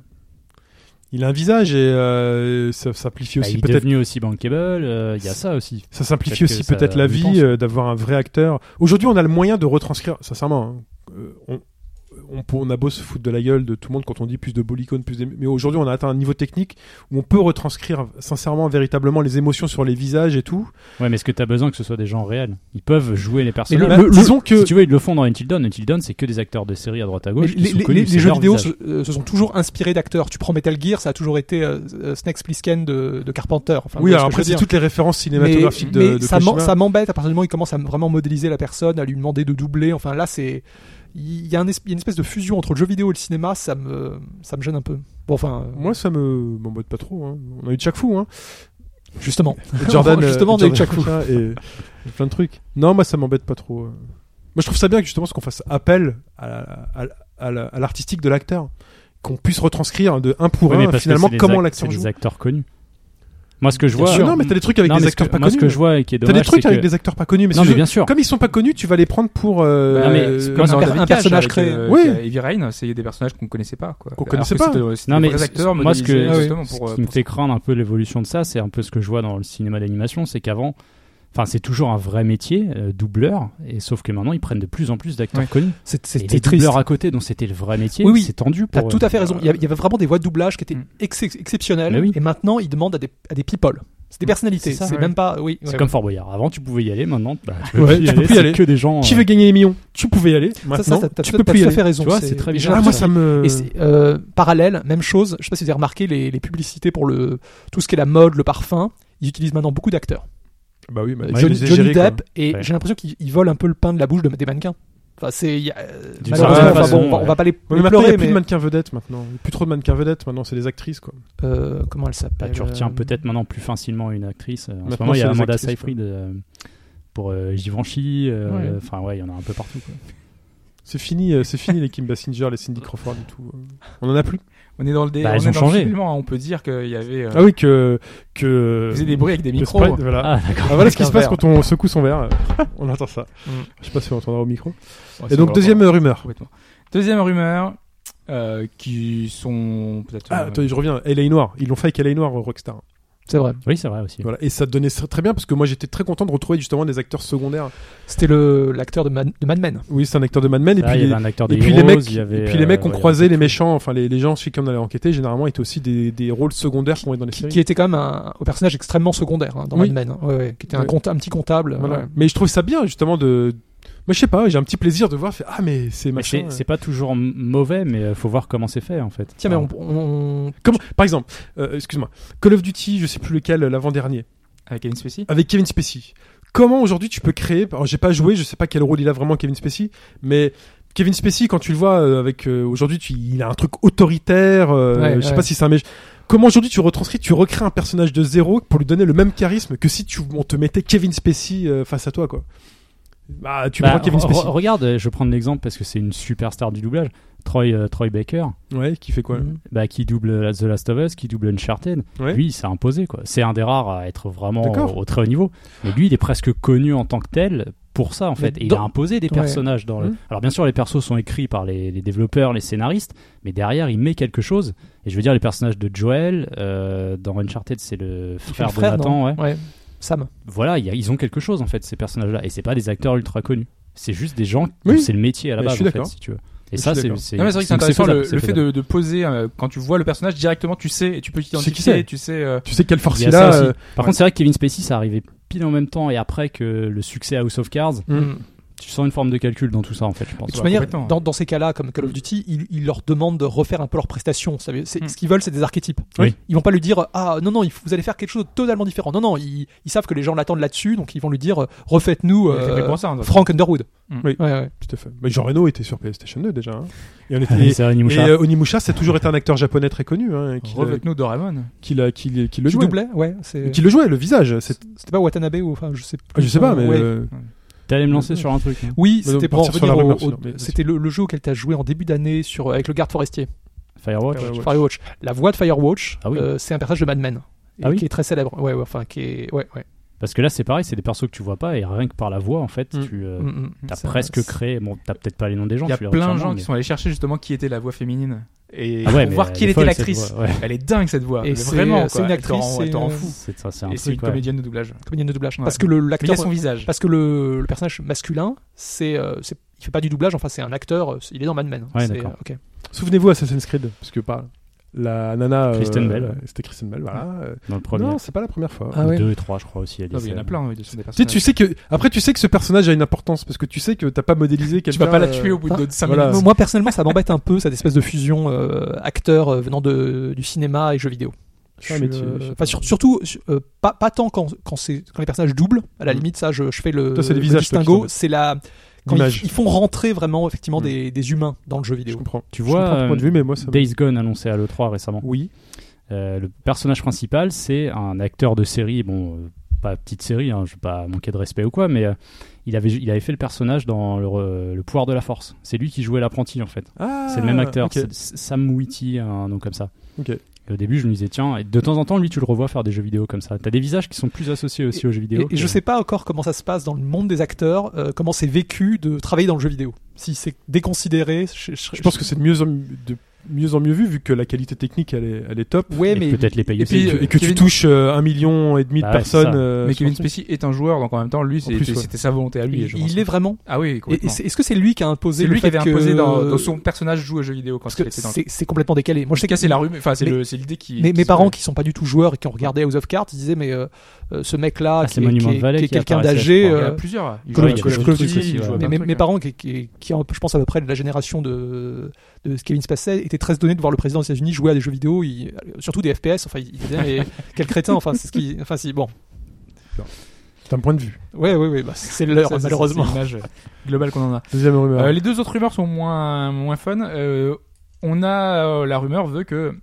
[SPEAKER 1] Il a un visage et euh, ça simplifie
[SPEAKER 3] Bah,
[SPEAKER 1] aussi
[SPEAKER 3] il est
[SPEAKER 1] peut-être.
[SPEAKER 3] devenu aussi bankable, euh, il y a ça aussi.
[SPEAKER 1] Ça simplifie
[SPEAKER 3] peut-être que
[SPEAKER 1] aussi
[SPEAKER 3] ça-
[SPEAKER 1] peut-être
[SPEAKER 3] on
[SPEAKER 1] la
[SPEAKER 3] y pense.
[SPEAKER 1] vie euh, d'avoir un vrai acteur. Aujourd'hui, on a le moyen de retranscrire. Sincèrement, hein, euh, on, on, peut- on a beau se foutre de la gueule de tout le monde quand on dit plus de bolicone, plus. d'émo- Mais aujourd'hui, on a atteint un niveau technique où on peut retranscrire sincèrement, véritablement les émotions sur les visages et tout.
[SPEAKER 3] Ouais, mais est-ce que t'as besoin que ce soit des gens réels Ils peuvent jouer les personnages.
[SPEAKER 1] Bah,
[SPEAKER 3] Bah,
[SPEAKER 1] disons que
[SPEAKER 3] Si tu veux, ils le font dans Until Dawn. Until Dawn, c'est que des acteurs de série à droite à
[SPEAKER 4] Mais
[SPEAKER 3] gauche. qui
[SPEAKER 4] les,
[SPEAKER 3] sont
[SPEAKER 4] les-
[SPEAKER 3] connus,
[SPEAKER 4] les
[SPEAKER 3] c'est
[SPEAKER 4] jeux
[SPEAKER 3] leur
[SPEAKER 4] vidéo se,
[SPEAKER 3] visage.
[SPEAKER 4] euh, se sont toujours inspirés d'acteurs. Tu prends Metal Gear, ça a toujours été euh, euh, Snake Plissken de, de Carpenter. Enfin,
[SPEAKER 1] oui,
[SPEAKER 4] vous voyez ce
[SPEAKER 1] alors
[SPEAKER 4] que je
[SPEAKER 1] après,
[SPEAKER 4] veux
[SPEAKER 1] c'est
[SPEAKER 4] dire.
[SPEAKER 1] toutes les références cinématographiques de,
[SPEAKER 4] mais
[SPEAKER 1] de
[SPEAKER 4] ça m'en-
[SPEAKER 1] Kojima.
[SPEAKER 4] ça m'embête à partir du moment où il commence à vraiment modéliser la personne, à lui demander de doubler. Enfin, là, c'est il y, a un es- il y a une espèce de fusion entre le jeu vidéo et le cinéma. Ça me ça me gêne un peu. Bon, enfin, euh,
[SPEAKER 1] Moi, ça me m'embête pas trop. hein. On a eu de chaque fou. Hein.
[SPEAKER 4] justement,
[SPEAKER 3] [LAUGHS]
[SPEAKER 1] Jordan,
[SPEAKER 3] euh,
[SPEAKER 4] justement, on a eu de chaque coup.
[SPEAKER 1] Jordan Fischer [LAUGHS] et plein de trucs. Non, moi, ça m'embête pas trop. euh. Moi, je trouve ça bien que justement, ce qu'on fasse appel à, à- à la- à l'artistique de l'acteur, qu'on puisse retranscrire de un pour
[SPEAKER 3] Ouais, mais
[SPEAKER 1] un
[SPEAKER 3] parce que
[SPEAKER 1] finalement
[SPEAKER 3] c'est des
[SPEAKER 1] comment
[SPEAKER 3] ac-
[SPEAKER 1] l'acteur
[SPEAKER 3] c'est
[SPEAKER 1] joue.
[SPEAKER 3] des acteurs connus. Moi, ce que je
[SPEAKER 1] Bien
[SPEAKER 3] vois.
[SPEAKER 1] sûr, non, mais t'as des trucs avec
[SPEAKER 3] Non, mais
[SPEAKER 1] des
[SPEAKER 3] ce
[SPEAKER 1] acteurs
[SPEAKER 3] que-
[SPEAKER 1] pas
[SPEAKER 3] moi, ce
[SPEAKER 1] connus.
[SPEAKER 3] que je vois et qui est
[SPEAKER 1] T'as
[SPEAKER 3] dommage.
[SPEAKER 1] des trucs
[SPEAKER 3] c'est
[SPEAKER 1] avec
[SPEAKER 3] que-
[SPEAKER 1] des acteurs pas connus, mais,
[SPEAKER 3] Non,
[SPEAKER 1] c'est
[SPEAKER 3] mais
[SPEAKER 1] juste-
[SPEAKER 3] bien sûr.
[SPEAKER 1] comme ils sont pas connus, tu vas les prendre pour. euh,
[SPEAKER 3] Non, mais
[SPEAKER 1] euh,
[SPEAKER 2] c'est
[SPEAKER 4] comme
[SPEAKER 2] dans
[SPEAKER 4] un per-
[SPEAKER 2] David
[SPEAKER 4] un
[SPEAKER 2] Cage
[SPEAKER 4] personnage
[SPEAKER 2] avec,
[SPEAKER 4] créé.
[SPEAKER 2] euh,
[SPEAKER 1] Oui.
[SPEAKER 2] avec Heavy Rain, c'est des personnages qu'on connaissait pas, quoi.
[SPEAKER 1] Qu'on
[SPEAKER 2] Alors
[SPEAKER 1] connaissait
[SPEAKER 2] que
[SPEAKER 1] pas.
[SPEAKER 2] c'était- c'était
[SPEAKER 3] Non,
[SPEAKER 2] des
[SPEAKER 3] mais
[SPEAKER 2] vrais
[SPEAKER 3] c-
[SPEAKER 2] acteurs
[SPEAKER 3] moi, ce que-
[SPEAKER 2] modélisés
[SPEAKER 4] Ah oui.
[SPEAKER 2] justement
[SPEAKER 3] ce
[SPEAKER 2] pour, euh,
[SPEAKER 3] qui me
[SPEAKER 2] pour ça.
[SPEAKER 3] fait craindre un peu l'évolution de ça, c'est un peu ce que je vois dans le cinéma d'animation, c'est qu'avant, Enfin, c'est toujours un vrai métier, euh, doubleur, et sauf que maintenant ils prennent de plus en plus d'acteurs
[SPEAKER 2] Ouais.
[SPEAKER 3] connus.
[SPEAKER 4] C'est-
[SPEAKER 3] Et les
[SPEAKER 4] C'était triste.
[SPEAKER 3] doubleurs à côté, dont c'était le vrai métier,
[SPEAKER 4] Oui, oui.
[SPEAKER 3] c'est tendu
[SPEAKER 4] T'as
[SPEAKER 3] pour. euh,
[SPEAKER 4] tout à fait raison. Il y avait- il y avait vraiment des voix de doublage qui étaient
[SPEAKER 2] Mm.
[SPEAKER 4] ex- exceptionnelles.
[SPEAKER 3] Mais oui. Mm.
[SPEAKER 4] Et maintenant, ils demandent à des, à des people. C'est des personnalités.
[SPEAKER 3] c'est ça,
[SPEAKER 4] C'est
[SPEAKER 2] ouais.
[SPEAKER 4] même pas. Oui.
[SPEAKER 3] C'est
[SPEAKER 4] ouais.
[SPEAKER 3] comme Fort Boyard. Avant, tu pouvais y aller. Maintenant, bah, tu peux
[SPEAKER 1] Ouais,
[SPEAKER 3] plus y
[SPEAKER 1] tu peux
[SPEAKER 3] aller.
[SPEAKER 1] plus y
[SPEAKER 3] C'est
[SPEAKER 1] aller.
[SPEAKER 3] que des gens.
[SPEAKER 1] Qui
[SPEAKER 3] euh,
[SPEAKER 1] veut gagner les millions Tu pouvais y aller.
[SPEAKER 4] Ça,
[SPEAKER 1] Maintenant,
[SPEAKER 4] ça, t'as- t'as
[SPEAKER 1] tu
[SPEAKER 4] tout
[SPEAKER 1] peux
[SPEAKER 4] t'as
[SPEAKER 1] plus y
[SPEAKER 4] tout à fait
[SPEAKER 1] aller.
[SPEAKER 4] raison.
[SPEAKER 3] Tu vois, c'est très bizarre.
[SPEAKER 1] Ah, moi, ça me.
[SPEAKER 4] Et c'est, euh, parallèle, même chose. Je sais pas si vous avez remarqué les, les publicités pour le tout ce qui est la mode, le parfum. Ils utilisent maintenant beaucoup d'acteurs.
[SPEAKER 1] Bah oui, bah,
[SPEAKER 4] Euh,
[SPEAKER 1] ils
[SPEAKER 4] Johnny,
[SPEAKER 1] les gèrent,
[SPEAKER 4] Johnny
[SPEAKER 1] quoi.
[SPEAKER 4] Depp et
[SPEAKER 3] Ouais.
[SPEAKER 4] j'ai l'impression qu'ils ils volent un peu le pain de la bouche de, des mannequins. Enfin, c'est il y a- euh,
[SPEAKER 3] D'une
[SPEAKER 4] malheureusement,
[SPEAKER 1] certaine
[SPEAKER 4] enfin,
[SPEAKER 3] façon,
[SPEAKER 4] bon, on, va, on va pas les,
[SPEAKER 1] Ouais, mais
[SPEAKER 4] les
[SPEAKER 1] maintenant, il n'y
[SPEAKER 4] pleurer,
[SPEAKER 1] a plus
[SPEAKER 4] mais
[SPEAKER 1] de mannequins vedettes maintenant. Il y a Plus trop de mannequins vedettes maintenant, c'est des actrices quoi.
[SPEAKER 4] euh, comment elle
[SPEAKER 3] bah,
[SPEAKER 4] s'appelle
[SPEAKER 3] tu retiens
[SPEAKER 4] euh,
[SPEAKER 3] peut-être maintenant plus facilement une actrice. Euh, En ce
[SPEAKER 1] Maintenant,
[SPEAKER 3] moment, il y a
[SPEAKER 1] c'est les
[SPEAKER 3] Amanda
[SPEAKER 1] actrices,
[SPEAKER 3] Seyfried euh, pour euh, Givenchy. euh,
[SPEAKER 4] Ouais.
[SPEAKER 3] Enfin, ouais, il y en a un peu partout. quoi.
[SPEAKER 1] C'est fini, euh, c'est fini les Kim Basinger, les Cindy Crawford et tout. euh. On en a plus.
[SPEAKER 2] On est dans le dé.
[SPEAKER 3] Bah,
[SPEAKER 2] on
[SPEAKER 3] elles
[SPEAKER 2] est
[SPEAKER 3] ont
[SPEAKER 2] dans le
[SPEAKER 3] changé.
[SPEAKER 2] supplément, hein. On peut dire qu'il y avait. euh,
[SPEAKER 1] Ah oui que que.
[SPEAKER 2] ils faisaient des bruits avec des
[SPEAKER 1] que
[SPEAKER 2] micros.
[SPEAKER 1] Sprite, voilà.
[SPEAKER 3] Ah, d'accord.
[SPEAKER 1] Ah, voilà ce qui
[SPEAKER 2] Avec
[SPEAKER 1] se
[SPEAKER 2] un
[SPEAKER 1] passe
[SPEAKER 2] verre.
[SPEAKER 1] quand on secoue son
[SPEAKER 3] [LAUGHS]
[SPEAKER 1] verre. euh, on entend ça.
[SPEAKER 2] Mm.
[SPEAKER 1] Je sais pas si on entendra au micro.
[SPEAKER 2] Ouais,
[SPEAKER 1] Et
[SPEAKER 2] c'est
[SPEAKER 1] donc
[SPEAKER 2] bon,
[SPEAKER 1] deuxième euh, rumeur.
[SPEAKER 2] complètement. Deuxième rumeur euh, qui sont peut-être.
[SPEAKER 1] Ah,
[SPEAKER 2] euh,
[SPEAKER 1] attendez, je reviens. LA Noir. Ils l'ont fait avec LA Noir euh, Rockstar.
[SPEAKER 4] C'est
[SPEAKER 1] euh,
[SPEAKER 4] vrai.
[SPEAKER 3] Oui, c'est vrai aussi.
[SPEAKER 1] Voilà. Et ça donnait ça très bien parce que moi j'étais très content de retrouver justement des acteurs secondaires.
[SPEAKER 4] C'était le l'acteur de, Man- de Mad Men.
[SPEAKER 1] Oui, c'est un acteur de Mad Men.
[SPEAKER 3] Ça,
[SPEAKER 1] Et puis,
[SPEAKER 3] Ah, il y
[SPEAKER 1] les-
[SPEAKER 3] avait un acteur des
[SPEAKER 1] et puis
[SPEAKER 3] Heroes,
[SPEAKER 1] les mecs,
[SPEAKER 3] il y avait,
[SPEAKER 1] et puis les
[SPEAKER 3] euh,
[SPEAKER 1] mecs qu'on
[SPEAKER 3] ouais,
[SPEAKER 1] croisait,
[SPEAKER 3] il y
[SPEAKER 1] les
[SPEAKER 3] avait tout.
[SPEAKER 1] méchants, enfin les, les gens chez qui on allait enquêter, généralement étaient aussi des, des rôles secondaires qu'on est dans les
[SPEAKER 4] Qui,
[SPEAKER 1] séries.
[SPEAKER 4] qui était quand même un, un personnage extrêmement secondaire hein, dans
[SPEAKER 1] Oui.
[SPEAKER 4] Mad Men, hein. Ouais, ouais, qui était un,
[SPEAKER 1] Ouais.
[SPEAKER 4] compta- un petit comptable. euh,
[SPEAKER 1] Voilà.
[SPEAKER 4] ouais.
[SPEAKER 1] Mais je trouve ça bien justement de. Moi je sais pas, j'ai un petit plaisir de voir. fait, ah mais c'est
[SPEAKER 3] Mais
[SPEAKER 1] machin.
[SPEAKER 3] c'est c'est pas toujours m- mauvais, mais euh, faut voir comment c'est fait en fait.
[SPEAKER 4] euh. Tiens, mais
[SPEAKER 3] Enfin,
[SPEAKER 4] on, on-
[SPEAKER 1] Comment- Par exemple, euh, excuse-moi, Call of Duty, je sais plus lequel, euh, l'avant-dernier,
[SPEAKER 2] avec Kevin Spacey.
[SPEAKER 1] avec Kevin Spacey. Comment aujourd'hui tu peux créer Alors j'ai pas joué, je sais pas quel rôle il a vraiment Kevin Spacey, mais Kevin Spacey quand tu le vois euh, avec euh, aujourd'hui, tu- il a un truc autoritaire. euh,
[SPEAKER 4] Ouais,
[SPEAKER 1] je sais
[SPEAKER 4] ouais.
[SPEAKER 1] pas si c'est un mé- Comment aujourd'hui tu retranscris, tu recrées un personnage de zéro pour lui donner le même charisme que si tu, on te mettait Kevin Spacey euh, face à toi quoi. Bah tu
[SPEAKER 3] bah,
[SPEAKER 1] prends Kevin
[SPEAKER 3] re-
[SPEAKER 1] Spacey.
[SPEAKER 3] re- Regarde, euh, je vais prendre l'exemple parce que c'est une superstar du doublage. Troy, euh, Troy Baker,
[SPEAKER 1] Ouais, qui fait quoi
[SPEAKER 4] Mhm.
[SPEAKER 3] bah, qui double la- The Last of Us, qui double Uncharted,
[SPEAKER 1] Ouais.
[SPEAKER 3] lui il s'est imposé quoi. C'est un des rares à être vraiment
[SPEAKER 1] D'accord.
[SPEAKER 3] au, au très haut niveau. Mais lui il est presque connu en tant que tel pour ça en fait.
[SPEAKER 4] Mais
[SPEAKER 3] Et il
[SPEAKER 4] dans-
[SPEAKER 3] a imposé des
[SPEAKER 4] Ouais. Mmh.
[SPEAKER 3] personnages dans le.
[SPEAKER 1] Mhm.
[SPEAKER 3] Alors bien sûr les persos sont écrits par les, les développeurs, les scénaristes, mais derrière il met quelque chose. Et je veux dire les personnages de Joel euh, dans Uncharted c'est le
[SPEAKER 4] il fait
[SPEAKER 3] frère,
[SPEAKER 4] le frère,
[SPEAKER 3] de Nathan.
[SPEAKER 4] non
[SPEAKER 3] ouais.
[SPEAKER 4] Ouais. Sam.
[SPEAKER 3] Voilà il y a- ils ont quelque chose en fait ces personnages là. Et c'est pas des acteurs ultra connus. C'est juste des gens
[SPEAKER 1] Oui.
[SPEAKER 3] dont c'est le métier à la
[SPEAKER 1] Mais je
[SPEAKER 3] base
[SPEAKER 1] suis
[SPEAKER 3] en fait,
[SPEAKER 1] d'accord.
[SPEAKER 3] si tu veux.
[SPEAKER 1] Je
[SPEAKER 3] Et ça
[SPEAKER 1] suis
[SPEAKER 3] c'est
[SPEAKER 1] d'accord.
[SPEAKER 2] Non, mais c'est vrai que c'est
[SPEAKER 3] donc
[SPEAKER 2] intéressant
[SPEAKER 3] faisable,
[SPEAKER 2] le,
[SPEAKER 3] c'est
[SPEAKER 2] le fait
[SPEAKER 3] faisable.
[SPEAKER 2] de, de poser euh, quand tu vois le personnage directement, tu sais et tu peux
[SPEAKER 1] qui c'est
[SPEAKER 2] t'identifier. Tu sais. euh,
[SPEAKER 1] Tu sais quelle force
[SPEAKER 3] Il y a
[SPEAKER 1] il
[SPEAKER 3] ça
[SPEAKER 1] a
[SPEAKER 3] aussi.
[SPEAKER 1] euh,
[SPEAKER 3] Par contre, c'est vrai que Kevin Spacey, ça arrivait pile en même temps et après que le succès House of Cards.
[SPEAKER 4] Mm.
[SPEAKER 1] Mhm.
[SPEAKER 3] Tu sens une forme de calcul dans tout ça, en fait, je pense.
[SPEAKER 4] De toute
[SPEAKER 2] Ouais,
[SPEAKER 4] manière,
[SPEAKER 2] complètement.
[SPEAKER 4] dans, dans ces cas-là, comme Call of Duty, ils, ils leur demandent de refaire un peu leurs prestations. Ça veut- c'est-
[SPEAKER 2] Mm.
[SPEAKER 4] Ce qu'ils veulent, c'est des archétypes.
[SPEAKER 3] Oui.
[SPEAKER 4] Ils vont pas lui dire Ah non, non, il faut- vous allez faire quelque chose de totalement différent. Non, non, ils, ils savent que les gens l'attendent là-dessus, donc ils vont lui dire Refaites-nous euh,
[SPEAKER 2] faites-le pour ça, hein,
[SPEAKER 4] Frank Underwood.
[SPEAKER 2] Mm.
[SPEAKER 1] Oui.
[SPEAKER 4] Ouais, ouais.
[SPEAKER 1] Tout à fait. Mais Jean Reno était sur PlayStation 2 déjà. hein. Et, on était-
[SPEAKER 3] Et
[SPEAKER 1] et-
[SPEAKER 3] c'est Onimusha.
[SPEAKER 1] et, euh, Onimusha, c'est toujours été un acteur japonais très connu, hein, qui, l'a-
[SPEAKER 2] Revenons Doraemon.
[SPEAKER 1] qui, l'a- qui l'a- qui le
[SPEAKER 4] Tu
[SPEAKER 1] jouait.
[SPEAKER 4] doublais Ouais, c'est-
[SPEAKER 1] Qui le jouait, le visage. C'est-
[SPEAKER 4] c'était pas Watanabe ou enfin, je sais
[SPEAKER 1] Je sais pas,
[SPEAKER 4] euh,
[SPEAKER 1] mais
[SPEAKER 4] ouais.
[SPEAKER 1] euh,
[SPEAKER 3] T'allais me lancer sur un truc. hein.
[SPEAKER 4] Oui,
[SPEAKER 1] Bah,
[SPEAKER 4] c'était
[SPEAKER 1] donc,
[SPEAKER 4] pour en
[SPEAKER 1] partir sur la
[SPEAKER 4] revenir au-
[SPEAKER 1] rumeur, sinon,
[SPEAKER 4] au-
[SPEAKER 1] mais-
[SPEAKER 4] C'était le, le jeu auquel tu as joué en début d'année sur avec le garde forestier,
[SPEAKER 3] Firewatch.
[SPEAKER 1] Firewatch.
[SPEAKER 4] Firewatch. La voix de Firewatch,
[SPEAKER 3] Ah oui.
[SPEAKER 4] euh, c'est un personnage de Mad Men. et
[SPEAKER 3] Ah oui.
[SPEAKER 4] qui est très célèbre. Ouais, ouais, enfin, qui est. Ouais, ouais.
[SPEAKER 3] Parce que là, c'est pareil, c'est des persos que tu vois pas et rien que par la voix, en fait,
[SPEAKER 1] Mm.
[SPEAKER 3] tu euh,
[SPEAKER 4] Mm, mm.
[SPEAKER 3] t'as
[SPEAKER 4] Ça-
[SPEAKER 3] presque créé. Bon, t'as peut-être pas les noms des gens.
[SPEAKER 2] Il y a
[SPEAKER 3] tu les
[SPEAKER 2] plein
[SPEAKER 3] retiens
[SPEAKER 2] de gens
[SPEAKER 3] moins,
[SPEAKER 2] qui
[SPEAKER 3] mais-
[SPEAKER 2] sont allés chercher justement qui était la voix féminine et
[SPEAKER 3] Ah ouais,
[SPEAKER 2] pour
[SPEAKER 3] mais
[SPEAKER 2] voir
[SPEAKER 3] elle
[SPEAKER 2] qui
[SPEAKER 3] est
[SPEAKER 2] était
[SPEAKER 3] folle,
[SPEAKER 2] l'actrice.
[SPEAKER 3] cette voix, ouais.
[SPEAKER 2] Elle est dingue cette voix.
[SPEAKER 4] Et
[SPEAKER 2] Mais
[SPEAKER 4] c'est-
[SPEAKER 2] vraiment,
[SPEAKER 4] c'est
[SPEAKER 2] quoi.
[SPEAKER 4] une
[SPEAKER 2] Elle te
[SPEAKER 4] actrice,
[SPEAKER 2] rend- Elle
[SPEAKER 4] c'est
[SPEAKER 2] te rend
[SPEAKER 4] une-
[SPEAKER 2] fou.
[SPEAKER 3] C'est ça, c'est un
[SPEAKER 2] Et c'est une
[SPEAKER 3] truc. ouais.
[SPEAKER 2] comédienne de doublage.
[SPEAKER 4] comédienne de doublage.
[SPEAKER 2] Ouais.
[SPEAKER 4] Parce que le
[SPEAKER 2] Mais il y a
[SPEAKER 4] l'acteur,
[SPEAKER 2] son visage.
[SPEAKER 4] parce que le, le personnage masculin, c'est, euh, c'est- il fait pas du doublage. Enfin, c'est un acteur. euh, c'est- Il est dans Mad Men.
[SPEAKER 3] Ouais,
[SPEAKER 4] C'est-
[SPEAKER 3] d'accord.
[SPEAKER 4] ok.
[SPEAKER 1] Souvenez-vous Assassin's Creed, parce que pas la nana. euh,
[SPEAKER 3] Kristen Bell, ouais.
[SPEAKER 1] C'était Kristen Bell, voilà. euh,
[SPEAKER 3] Dans le premier.
[SPEAKER 1] Non, c'est pas la première fois.
[SPEAKER 4] Ah ouais.
[SPEAKER 3] Deux et trois, je crois aussi. elle
[SPEAKER 2] Non, mais Il y en
[SPEAKER 3] essaie.
[SPEAKER 2] a plein, oui, de des
[SPEAKER 1] Tu sais,
[SPEAKER 2] personnages.
[SPEAKER 1] tu sais que après tu sais que ce personnage a une importance parce que tu sais que t'as pas modélisé quelqu'un.
[SPEAKER 2] Tu vas pas la
[SPEAKER 1] euh,
[SPEAKER 2] tuer au bout de 5
[SPEAKER 1] voilà.
[SPEAKER 2] minutes.
[SPEAKER 1] Euh,
[SPEAKER 4] Moi personnellement, ça m'embête un peu cette espèce de fusion euh, acteur euh, venant de, du cinéma et jeux vidéo. Je
[SPEAKER 1] Ah,
[SPEAKER 4] suis,
[SPEAKER 1] mais tu-
[SPEAKER 4] euh,
[SPEAKER 1] je sais
[SPEAKER 4] enfin, sur- surtout sur- euh, pas, pas tant quand, quand, c'est, quand les personnages doublent. À la
[SPEAKER 1] Mm.
[SPEAKER 4] limite, ça, je, je fais le,
[SPEAKER 1] Toi, c'est les
[SPEAKER 4] le
[SPEAKER 1] visages, toi, qui
[SPEAKER 4] distinguo.
[SPEAKER 1] t'embêtent.
[SPEAKER 4] C'est la quand ils,
[SPEAKER 1] L'image.
[SPEAKER 4] ils font rentrer vraiment effectivement
[SPEAKER 1] Mm.
[SPEAKER 4] des, des humains dans le jeu
[SPEAKER 1] Je
[SPEAKER 4] vidéo.
[SPEAKER 1] comprends.
[SPEAKER 3] Tu
[SPEAKER 1] Je
[SPEAKER 3] vois,
[SPEAKER 1] comprends ton
[SPEAKER 3] euh,
[SPEAKER 1] point de vue, mais moi ça. me-
[SPEAKER 3] Days Gone annoncé à l'E3 récemment.
[SPEAKER 1] Oui.
[SPEAKER 3] Euh, le personnage principal, c'est un acteur de série, bon, euh, pas petite série, hein, je vais pas manquer de respect ou quoi, mais euh, il, avait, il avait fait le personnage dans le, re- le pouvoir de la force. C'est lui qui jouait l'apprenti en fait.
[SPEAKER 1] Ah,
[SPEAKER 3] c'est le même acteur,
[SPEAKER 1] ok.
[SPEAKER 3] c'est S- Sam Witty, un nom comme ça.
[SPEAKER 1] Ok.
[SPEAKER 3] Et au début, je me disais, tiens, et de temps en temps, lui, tu le revois faire des jeux vidéo comme ça. T'as des visages qui sont plus associés aussi aux jeux
[SPEAKER 4] Et,
[SPEAKER 3] vidéo.
[SPEAKER 4] et je
[SPEAKER 3] que-
[SPEAKER 4] sais pas encore comment ça se passe dans le monde des acteurs, euh, comment c'est vécu de travailler dans le jeu vidéo. Si c'est déconsidéré, je,
[SPEAKER 1] Je pense que c'est de mieux en mieux- de mieux en mieux vu, vu que la qualité technique, elle est, elle est top.
[SPEAKER 4] Ouais,
[SPEAKER 3] Et
[SPEAKER 4] mais
[SPEAKER 3] peut-être les payer
[SPEAKER 1] Et,
[SPEAKER 3] aussi.
[SPEAKER 1] puis,
[SPEAKER 2] euh,
[SPEAKER 1] et que
[SPEAKER 2] Kevin-
[SPEAKER 1] tu touches euh, un million et demi
[SPEAKER 3] Bah
[SPEAKER 1] de
[SPEAKER 3] ouais, c'est
[SPEAKER 1] personnes.
[SPEAKER 3] ça.
[SPEAKER 1] euh,
[SPEAKER 2] mais
[SPEAKER 1] sur le
[SPEAKER 2] Kevin
[SPEAKER 1] truc.
[SPEAKER 2] Spacey est un joueur, donc en même temps, lui,
[SPEAKER 1] En plus,
[SPEAKER 2] c'était
[SPEAKER 1] ouais.
[SPEAKER 2] c'était sa volonté à lui. je pense.
[SPEAKER 4] il est vraiment.
[SPEAKER 2] Ah oui,
[SPEAKER 4] Et- Et
[SPEAKER 2] complètement.
[SPEAKER 4] c'est- est-ce que c'est lui qui a imposé
[SPEAKER 2] c'est
[SPEAKER 4] le
[SPEAKER 2] lui qui
[SPEAKER 4] fait
[SPEAKER 2] avait
[SPEAKER 4] que-
[SPEAKER 2] imposé dans, dans son personnage joue aux jeux vidéo quand
[SPEAKER 4] Parce
[SPEAKER 2] il
[SPEAKER 4] que
[SPEAKER 2] était dans le
[SPEAKER 4] c'est c'est complètement décalé. Moi, je sais
[SPEAKER 2] C'est
[SPEAKER 4] qu'à
[SPEAKER 2] casser la rumeur, enfin, c'est
[SPEAKER 4] Mais-
[SPEAKER 2] le- c'est l'idée qui.
[SPEAKER 4] mes,
[SPEAKER 2] qui
[SPEAKER 4] mes
[SPEAKER 2] se-
[SPEAKER 4] parents qui sont pas du tout joueurs et qui ont regardé House of Cards, ils disaient mais euh, euh, ce mec-là,
[SPEAKER 3] Ah,
[SPEAKER 4] qui,
[SPEAKER 3] c'est
[SPEAKER 4] est-
[SPEAKER 3] Monument
[SPEAKER 4] qui est-
[SPEAKER 3] Valley
[SPEAKER 4] qui est
[SPEAKER 3] qui
[SPEAKER 4] quelqu'un
[SPEAKER 3] apparaissait,
[SPEAKER 2] Il
[SPEAKER 4] d'âgé,
[SPEAKER 2] y en
[SPEAKER 4] euh,
[SPEAKER 2] a plusieurs. hein. Il
[SPEAKER 3] Call
[SPEAKER 2] joue
[SPEAKER 3] of
[SPEAKER 2] à Call of
[SPEAKER 3] Duty
[SPEAKER 2] Duty,
[SPEAKER 3] aussi,
[SPEAKER 2] il joue à
[SPEAKER 3] ouais.
[SPEAKER 2] plein de
[SPEAKER 4] mais mes,
[SPEAKER 2] trucs,
[SPEAKER 4] mes
[SPEAKER 2] hein.
[SPEAKER 4] parents qui, qui- qui ont, je pense à peu près de la génération de, de Kevin Spacey étaient très étonnés de voir le président des États-Unis jouer à des jeux vidéo, ils- surtout des FPS. Enfin, ils disaient
[SPEAKER 2] [LAUGHS]
[SPEAKER 4] mais quel crétin. Enfin, c'est ce qui, enfin si bon,
[SPEAKER 1] C'est un point de vue.
[SPEAKER 4] ouais ouais ouais, bah, c'est l'heure
[SPEAKER 2] Ça, ça,
[SPEAKER 4] malheureusement.
[SPEAKER 2] C'est l'image globale qu'on en a.
[SPEAKER 1] Deuxième rumeur.
[SPEAKER 2] Euh, les deux autres rumeurs sont moins, moins fun. Euh, on a euh, la rumeur veut que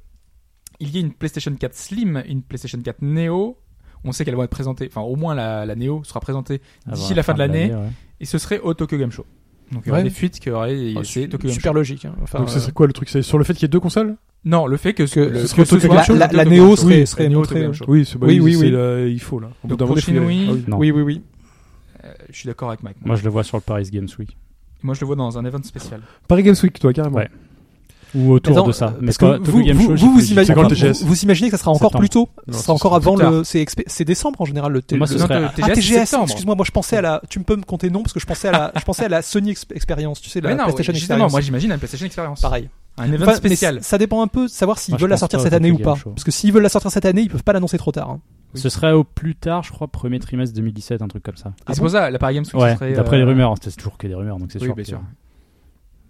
[SPEAKER 2] il y ait une PlayStation 4 Slim, une PlayStation 4 Neo. On sait qu'elles vont être présentées, enfin au moins la, la Neo sera présentée
[SPEAKER 3] Avant
[SPEAKER 2] d'ici la fin de l'année
[SPEAKER 3] ouais.
[SPEAKER 2] et ce serait au Tokyo Game Show. Donc il y aura
[SPEAKER 4] Ouais.
[SPEAKER 2] des fuites qui auraient et
[SPEAKER 4] Ah,
[SPEAKER 2] c'est
[SPEAKER 4] su-
[SPEAKER 2] Tokyo Game Show.
[SPEAKER 4] super logique. hein. Enfin,
[SPEAKER 1] Donc, ce
[SPEAKER 4] euh,
[SPEAKER 1] serait quoi le truc C'est sur le fait qu'il y ait deux consoles
[SPEAKER 2] Non, le fait que,
[SPEAKER 4] Que
[SPEAKER 2] le,
[SPEAKER 1] ce serait au Tokyo
[SPEAKER 2] soit
[SPEAKER 1] Game Show,
[SPEAKER 2] le
[SPEAKER 4] la- la
[SPEAKER 2] Tokyo
[SPEAKER 4] Neo
[SPEAKER 2] Game Show.
[SPEAKER 4] serait-
[SPEAKER 2] Oui,
[SPEAKER 4] serait
[SPEAKER 2] la Neo au
[SPEAKER 4] montrée,
[SPEAKER 2] Tokyo
[SPEAKER 4] hein.
[SPEAKER 2] Game
[SPEAKER 4] oui.
[SPEAKER 2] Show.
[SPEAKER 1] Oui, c'est- bah
[SPEAKER 4] Oui,
[SPEAKER 1] oui,
[SPEAKER 4] oui,
[SPEAKER 1] c'est
[SPEAKER 4] oui.
[SPEAKER 1] le- il faut là. Au bout
[SPEAKER 2] Donc,
[SPEAKER 1] d'un moment, il faut y
[SPEAKER 2] prochaine
[SPEAKER 1] aller.
[SPEAKER 2] oui.
[SPEAKER 1] Ah oui.
[SPEAKER 3] Non.
[SPEAKER 4] Oui oui oui.
[SPEAKER 2] Euh, je suis d'accord avec Mike.
[SPEAKER 3] Moi, je le vois sur le Paris Games Week.
[SPEAKER 2] Moi, je le vois dans un event spécial.
[SPEAKER 1] Paris Games Week, toi, carrément.
[SPEAKER 3] Ouais. Ou autour
[SPEAKER 4] Attends,
[SPEAKER 3] de ça.
[SPEAKER 4] euh,
[SPEAKER 3] Mais
[SPEAKER 4] parce
[SPEAKER 3] pas
[SPEAKER 4] que
[SPEAKER 3] Tokyo
[SPEAKER 4] vous,
[SPEAKER 3] Game
[SPEAKER 4] vous-
[SPEAKER 3] Show,
[SPEAKER 4] vous,
[SPEAKER 3] j'ai
[SPEAKER 4] vous
[SPEAKER 3] plus-
[SPEAKER 1] C'est
[SPEAKER 4] imaginez,
[SPEAKER 1] quand le
[SPEAKER 4] vous-
[SPEAKER 1] TGS
[SPEAKER 4] vous imaginez que ça sera encore
[SPEAKER 3] Septembre.
[SPEAKER 4] plus tôt
[SPEAKER 1] Non,
[SPEAKER 4] Ça
[SPEAKER 1] ce
[SPEAKER 4] sera encore
[SPEAKER 1] sera
[SPEAKER 4] avant
[SPEAKER 2] plus tard.
[SPEAKER 4] le. C'est exp- c'est décembre en général le
[SPEAKER 3] Pour moi, ce
[SPEAKER 4] le-
[SPEAKER 2] Non,
[SPEAKER 3] serait-
[SPEAKER 2] le
[SPEAKER 3] ah,
[SPEAKER 4] Ah,
[SPEAKER 2] TGS, c'est
[SPEAKER 4] TGS,
[SPEAKER 2] septembre.
[SPEAKER 4] excuse-moi, moi je pensais à la. Tu peux me compter non parce que je pensais à la, je pensais à la Sony Ex- Experience, tu sais, la
[SPEAKER 2] Mais non,
[SPEAKER 4] PlayStation
[SPEAKER 2] ouais, justement,
[SPEAKER 4] Experience.
[SPEAKER 2] moi j'imagine un PlayStation Experience.
[SPEAKER 4] Pareil.
[SPEAKER 2] Un event
[SPEAKER 4] Enfin, mais
[SPEAKER 2] spécial.
[SPEAKER 4] c- ça dépend un peu de savoir s'ils
[SPEAKER 3] Moi, je
[SPEAKER 4] veulent la
[SPEAKER 3] pense
[SPEAKER 4] sortir
[SPEAKER 3] pas au
[SPEAKER 4] cette année ou
[SPEAKER 3] Tokyo
[SPEAKER 4] pas.
[SPEAKER 3] Game Show.
[SPEAKER 4] Parce que s'ils veulent la sortir cette année, ils peuvent pas l'annoncer trop tard. hein.
[SPEAKER 3] Ce serait au plus tard, je crois, premier trimestre 2017, un truc comme ça.
[SPEAKER 2] Et Ah, c'est pour ça, la Paris Games Week, ce
[SPEAKER 3] Ouais,
[SPEAKER 2] serait,
[SPEAKER 3] d'après
[SPEAKER 2] euh,
[SPEAKER 3] les rumeurs, c'est toujours que des rumeurs, donc c'est
[SPEAKER 2] Oui,
[SPEAKER 3] sûr.
[SPEAKER 2] bien
[SPEAKER 3] que-
[SPEAKER 2] sûr.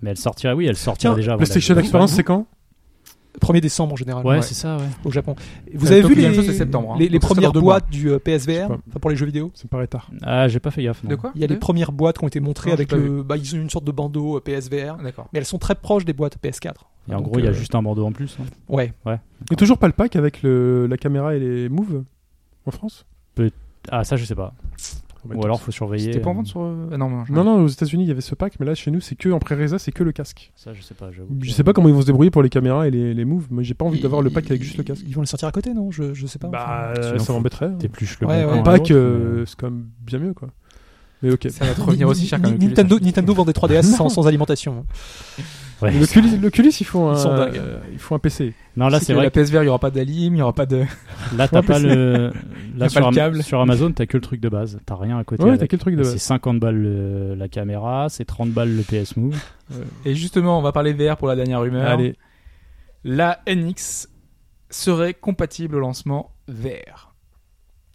[SPEAKER 3] Mais elle sortira, oui, elle sortira
[SPEAKER 4] Tiens,
[SPEAKER 3] déjà. avant
[SPEAKER 1] PlayStation
[SPEAKER 3] la-
[SPEAKER 1] Experience, c'est quand
[SPEAKER 4] 1er décembre en général
[SPEAKER 3] Ouais,
[SPEAKER 2] Ouais.
[SPEAKER 3] c'est ça, ouais.
[SPEAKER 4] au Japon. Vous
[SPEAKER 2] Euh,
[SPEAKER 4] avez vu
[SPEAKER 2] Tokyo Game
[SPEAKER 4] les,
[SPEAKER 2] Show, c'est septembre, hein.
[SPEAKER 4] les, les
[SPEAKER 2] Donc, ça sera
[SPEAKER 4] premières
[SPEAKER 2] dans deux mois.
[SPEAKER 4] boîtes du euh, PSVR
[SPEAKER 1] Je sais pas.
[SPEAKER 4] enfin, pour les jeux vidéo
[SPEAKER 1] Ça me paraît tard.
[SPEAKER 3] Ah, j'ai pas fait gaffe. non.
[SPEAKER 2] De quoi
[SPEAKER 4] Il y a les
[SPEAKER 2] De-
[SPEAKER 4] premières boîtes qui ont été montrées
[SPEAKER 2] Non, j'ai
[SPEAKER 4] avec
[SPEAKER 2] pas
[SPEAKER 4] le. Bah, ils ont une sorte de bandeau euh, PSVR,
[SPEAKER 2] Ah, D'accord.
[SPEAKER 4] mais elles sont très proches des boîtes PS4.
[SPEAKER 3] Et en
[SPEAKER 4] Donc,
[SPEAKER 3] gros, il y a
[SPEAKER 4] euh,
[SPEAKER 3] juste un bandeau en plus. hein.
[SPEAKER 4] Ouais.
[SPEAKER 1] Et toujours pas le pack avec le, la caméra et les moves en France
[SPEAKER 3] Ah, ça, je sais pas.
[SPEAKER 1] Bah,
[SPEAKER 3] Ou alors, faut surveiller.
[SPEAKER 2] C'était pas en
[SPEAKER 3] euh,
[SPEAKER 2] vente sur. euh, ah, Non, non, je-
[SPEAKER 1] Non, non, aux États-Unis il y avait ce pack, mais là chez nous c'est que en pré-résa, c'est que le casque.
[SPEAKER 3] Ça, je sais pas, j'avoue.
[SPEAKER 1] Je sais pas comment ils vont se débrouiller pour les caméras et les, les moves. Moi j'ai pas envie d'avoir le pack avec juste le casque.
[SPEAKER 4] Ils vont le sortir à côté, non je, je sais pas.
[SPEAKER 1] Bah,
[SPEAKER 3] Sinon,
[SPEAKER 1] euh, ça
[SPEAKER 3] faut-
[SPEAKER 1] m'embêterait. hein.
[SPEAKER 3] T'épluches le
[SPEAKER 4] Ouais, ouais.
[SPEAKER 3] bon coin
[SPEAKER 1] Un
[SPEAKER 3] à
[SPEAKER 1] pack,
[SPEAKER 3] l'autre,
[SPEAKER 1] euh,
[SPEAKER 3] mais-
[SPEAKER 1] c'est quand même bien mieux quoi. Mais ok.
[SPEAKER 2] Ça va te revenir aussi cher quand même.
[SPEAKER 4] Nintendo,
[SPEAKER 2] Ubisoft.
[SPEAKER 4] Nintendo vend des
[SPEAKER 3] [LAUGHS]
[SPEAKER 4] 3DS sans, sans alimentation.
[SPEAKER 3] Ouais.
[SPEAKER 1] Le Culis, le Culis, ils font
[SPEAKER 4] Ils sont
[SPEAKER 1] un,
[SPEAKER 4] dingues.
[SPEAKER 1] euh, ils font un PC.
[SPEAKER 3] Non, là, c'est
[SPEAKER 2] que
[SPEAKER 3] vrai
[SPEAKER 2] La PSVR, il y aura pas d'alim, il y aura pas de.
[SPEAKER 3] que là, t'as pas le. Là,
[SPEAKER 2] pas
[SPEAKER 3] sur,
[SPEAKER 2] le
[SPEAKER 3] Am-
[SPEAKER 2] câble.
[SPEAKER 3] sur Amazon, t'as que le truc de base. T'as rien à côté.
[SPEAKER 1] Ouais,
[SPEAKER 3] avec.
[SPEAKER 1] t'as quel truc de
[SPEAKER 3] Ah, C'est 50 balles le- la caméra, c'est 30 balles le PS Move.
[SPEAKER 2] Et justement, on va parler VR pour la dernière rumeur.
[SPEAKER 1] Allez,
[SPEAKER 2] La NX serait compatible au lancement VR.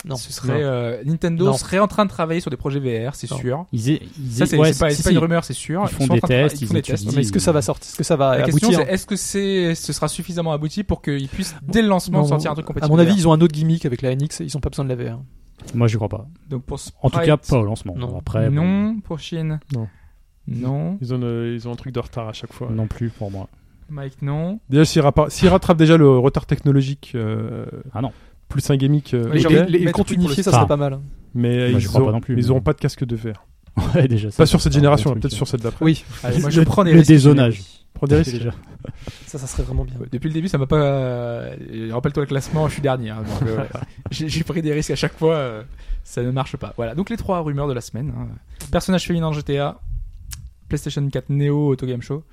[SPEAKER 4] Non.
[SPEAKER 2] Ce serait
[SPEAKER 1] Non.
[SPEAKER 2] euh, Nintendo
[SPEAKER 4] Non.
[SPEAKER 2] serait en train de travailler sur des projets VR, c'est
[SPEAKER 4] Non.
[SPEAKER 2] sûr.
[SPEAKER 3] Ils, é- ils
[SPEAKER 2] Ça
[SPEAKER 3] é-
[SPEAKER 2] c'est
[SPEAKER 3] ouais,
[SPEAKER 2] c'est pas,
[SPEAKER 3] si,
[SPEAKER 2] c'est pas
[SPEAKER 3] si.
[SPEAKER 2] une rumeur, c'est sûr.
[SPEAKER 3] Ils font
[SPEAKER 2] sont en
[SPEAKER 3] des
[SPEAKER 2] train de tra-
[SPEAKER 3] tests,
[SPEAKER 2] ils font
[SPEAKER 3] ils
[SPEAKER 2] des tests.
[SPEAKER 3] étudient. hein.
[SPEAKER 4] Mais est-ce que ça va sortir Est-ce que ça va
[SPEAKER 2] La question
[SPEAKER 4] aboutir
[SPEAKER 2] c'est est-ce que c'est ce sera suffisamment abouti pour qu'ils puissent dès le lancement
[SPEAKER 4] Non,
[SPEAKER 2] sortir un truc compatible
[SPEAKER 4] À mon avis,
[SPEAKER 2] VR.
[SPEAKER 4] ils ont un autre gimmick avec la NX. Ils ont pas besoin de la VR.
[SPEAKER 3] Moi, je crois pas.
[SPEAKER 2] Donc pour
[SPEAKER 3] En tout cas,
[SPEAKER 2] Sprite,
[SPEAKER 3] pas au lancement.
[SPEAKER 4] Non.
[SPEAKER 3] Après, bon,
[SPEAKER 2] non pour Chine.
[SPEAKER 1] Non.
[SPEAKER 2] Non.
[SPEAKER 1] ils ont, euh, ils ont un truc de retard à chaque fois.
[SPEAKER 3] non plus pour moi.
[SPEAKER 2] Mike non.
[SPEAKER 1] Déjà, s'ils rappa- s'ils rattrapent déjà le retard technologique, euh,
[SPEAKER 3] Ah non. [LAUGHS]
[SPEAKER 1] plus un gimmick, euh,
[SPEAKER 2] Oui,
[SPEAKER 1] ok,
[SPEAKER 2] j'ai envie de
[SPEAKER 4] Les, les
[SPEAKER 2] mettre
[SPEAKER 4] comptes
[SPEAKER 2] oui pour le
[SPEAKER 4] unifiés, ça
[SPEAKER 3] Star.
[SPEAKER 4] serait pas mal.
[SPEAKER 1] mais euh,
[SPEAKER 3] Moi, je
[SPEAKER 1] ils,
[SPEAKER 3] crois pas
[SPEAKER 1] auront,
[SPEAKER 3] non plus,
[SPEAKER 1] mais ils
[SPEAKER 3] mais-
[SPEAKER 1] auront pas de casque de verre.
[SPEAKER 3] Ouais, déjà. ça,
[SPEAKER 1] Pas
[SPEAKER 3] c'est
[SPEAKER 1] sur cette
[SPEAKER 3] un vrai
[SPEAKER 1] génération,
[SPEAKER 3] truc,
[SPEAKER 1] peut-être
[SPEAKER 3] ça.
[SPEAKER 1] sur celle d'après.
[SPEAKER 4] Oui,
[SPEAKER 2] [LAUGHS] Allez, moi
[SPEAKER 3] Le-
[SPEAKER 2] je prends des
[SPEAKER 3] le
[SPEAKER 2] risques.
[SPEAKER 3] dézonage.
[SPEAKER 1] Prends des risques.
[SPEAKER 3] Déjà.
[SPEAKER 4] ça, ça serait vraiment bien.
[SPEAKER 2] Ouais, Depuis le début, ça m'a pas. euh, Rappelle-toi le classement, je suis dernier. hein, donc,
[SPEAKER 3] [LAUGHS]
[SPEAKER 2] euh, J'ai j'ai pris des risques à chaque fois. euh, ça ne marche pas. Voilà. Donc les trois rumeurs de la semaine. hein. Personnage féminin en GTA, PlayStation 4 Neo Auto Game Show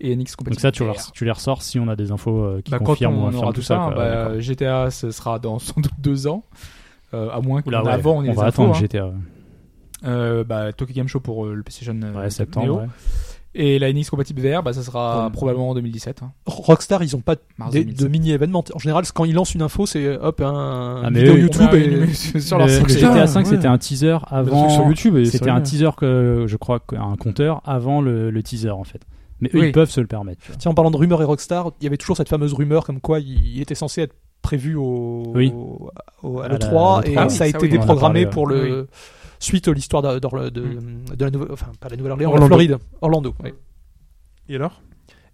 [SPEAKER 2] et NX
[SPEAKER 3] Donc
[SPEAKER 2] compatible.
[SPEAKER 3] ça, tu,
[SPEAKER 2] VR.
[SPEAKER 3] leur- tu les ressors si on a des infos euh, qui
[SPEAKER 2] Bah, quand
[SPEAKER 3] confirment ou
[SPEAKER 2] on
[SPEAKER 3] infirment
[SPEAKER 2] aura
[SPEAKER 3] tout ça. quoi.
[SPEAKER 2] bah,
[SPEAKER 3] Ouais, d'accord.
[SPEAKER 2] GTA, ce sera dans sans doute deux ans. Euh, à moins qu'on
[SPEAKER 3] Oula, ouais,
[SPEAKER 2] avant on ait
[SPEAKER 3] on
[SPEAKER 2] les
[SPEAKER 3] va
[SPEAKER 2] infos,
[SPEAKER 3] attendre
[SPEAKER 2] hein.
[SPEAKER 3] GTA.
[SPEAKER 2] Euh, bah, Tokyo Game Show pour euh, le PlayStation euh,
[SPEAKER 3] Ouais,
[SPEAKER 2] 4
[SPEAKER 3] septembre.
[SPEAKER 2] Neo.
[SPEAKER 3] ouais.
[SPEAKER 2] Et la NX compatible VR, bah, ça sera
[SPEAKER 4] Ouais.
[SPEAKER 2] probablement en 2017. hein.
[SPEAKER 4] Rockstar, ils ont pas
[SPEAKER 2] Mars
[SPEAKER 4] des-
[SPEAKER 2] 2017.
[SPEAKER 4] de mini événements. En général, c'est quand ils lancent une info, c'est euh, hop un
[SPEAKER 3] Ah, mais
[SPEAKER 4] vidéo
[SPEAKER 3] eux, ils-
[SPEAKER 2] On
[SPEAKER 4] YouTube
[SPEAKER 2] a une-
[SPEAKER 4] et
[SPEAKER 2] [LAUGHS] sur
[SPEAKER 3] le,
[SPEAKER 2] leur
[SPEAKER 3] le
[SPEAKER 2] site,
[SPEAKER 1] Putain,
[SPEAKER 3] GTA 5
[SPEAKER 1] ouais.
[SPEAKER 3] c'était un teaser
[SPEAKER 1] Le truc sur
[SPEAKER 3] avant.
[SPEAKER 1] YouTube et
[SPEAKER 3] C'était
[SPEAKER 1] ça
[SPEAKER 3] un
[SPEAKER 1] revient.
[SPEAKER 3] teaser que je crois qu- un compteur avant le, le teaser en fait. Mais eux
[SPEAKER 2] Oui.
[SPEAKER 3] ils peuvent se le permettre. tu vois.
[SPEAKER 4] Tiens, en parlant de rumeurs et Rockstar, il y avait toujours cette fameuse rumeur comme quoi il il était censé être prévu au,
[SPEAKER 3] Oui.
[SPEAKER 4] au- au- à
[SPEAKER 3] À la-
[SPEAKER 4] l'E3
[SPEAKER 3] à
[SPEAKER 2] Ah
[SPEAKER 4] et
[SPEAKER 3] l'E3,
[SPEAKER 2] oui,
[SPEAKER 4] ça a
[SPEAKER 2] ça,
[SPEAKER 4] été
[SPEAKER 2] oui, on en a
[SPEAKER 4] déprogrammé
[SPEAKER 3] parlé,
[SPEAKER 4] pour le.
[SPEAKER 2] oui. Mm.
[SPEAKER 4] Suite à l'histoire de, de- de- de la Nouvelle, enfin pas la Nouvelle-Orléans, la
[SPEAKER 1] Orlando.
[SPEAKER 4] Floride, Orlando. ouais.
[SPEAKER 1] Et alors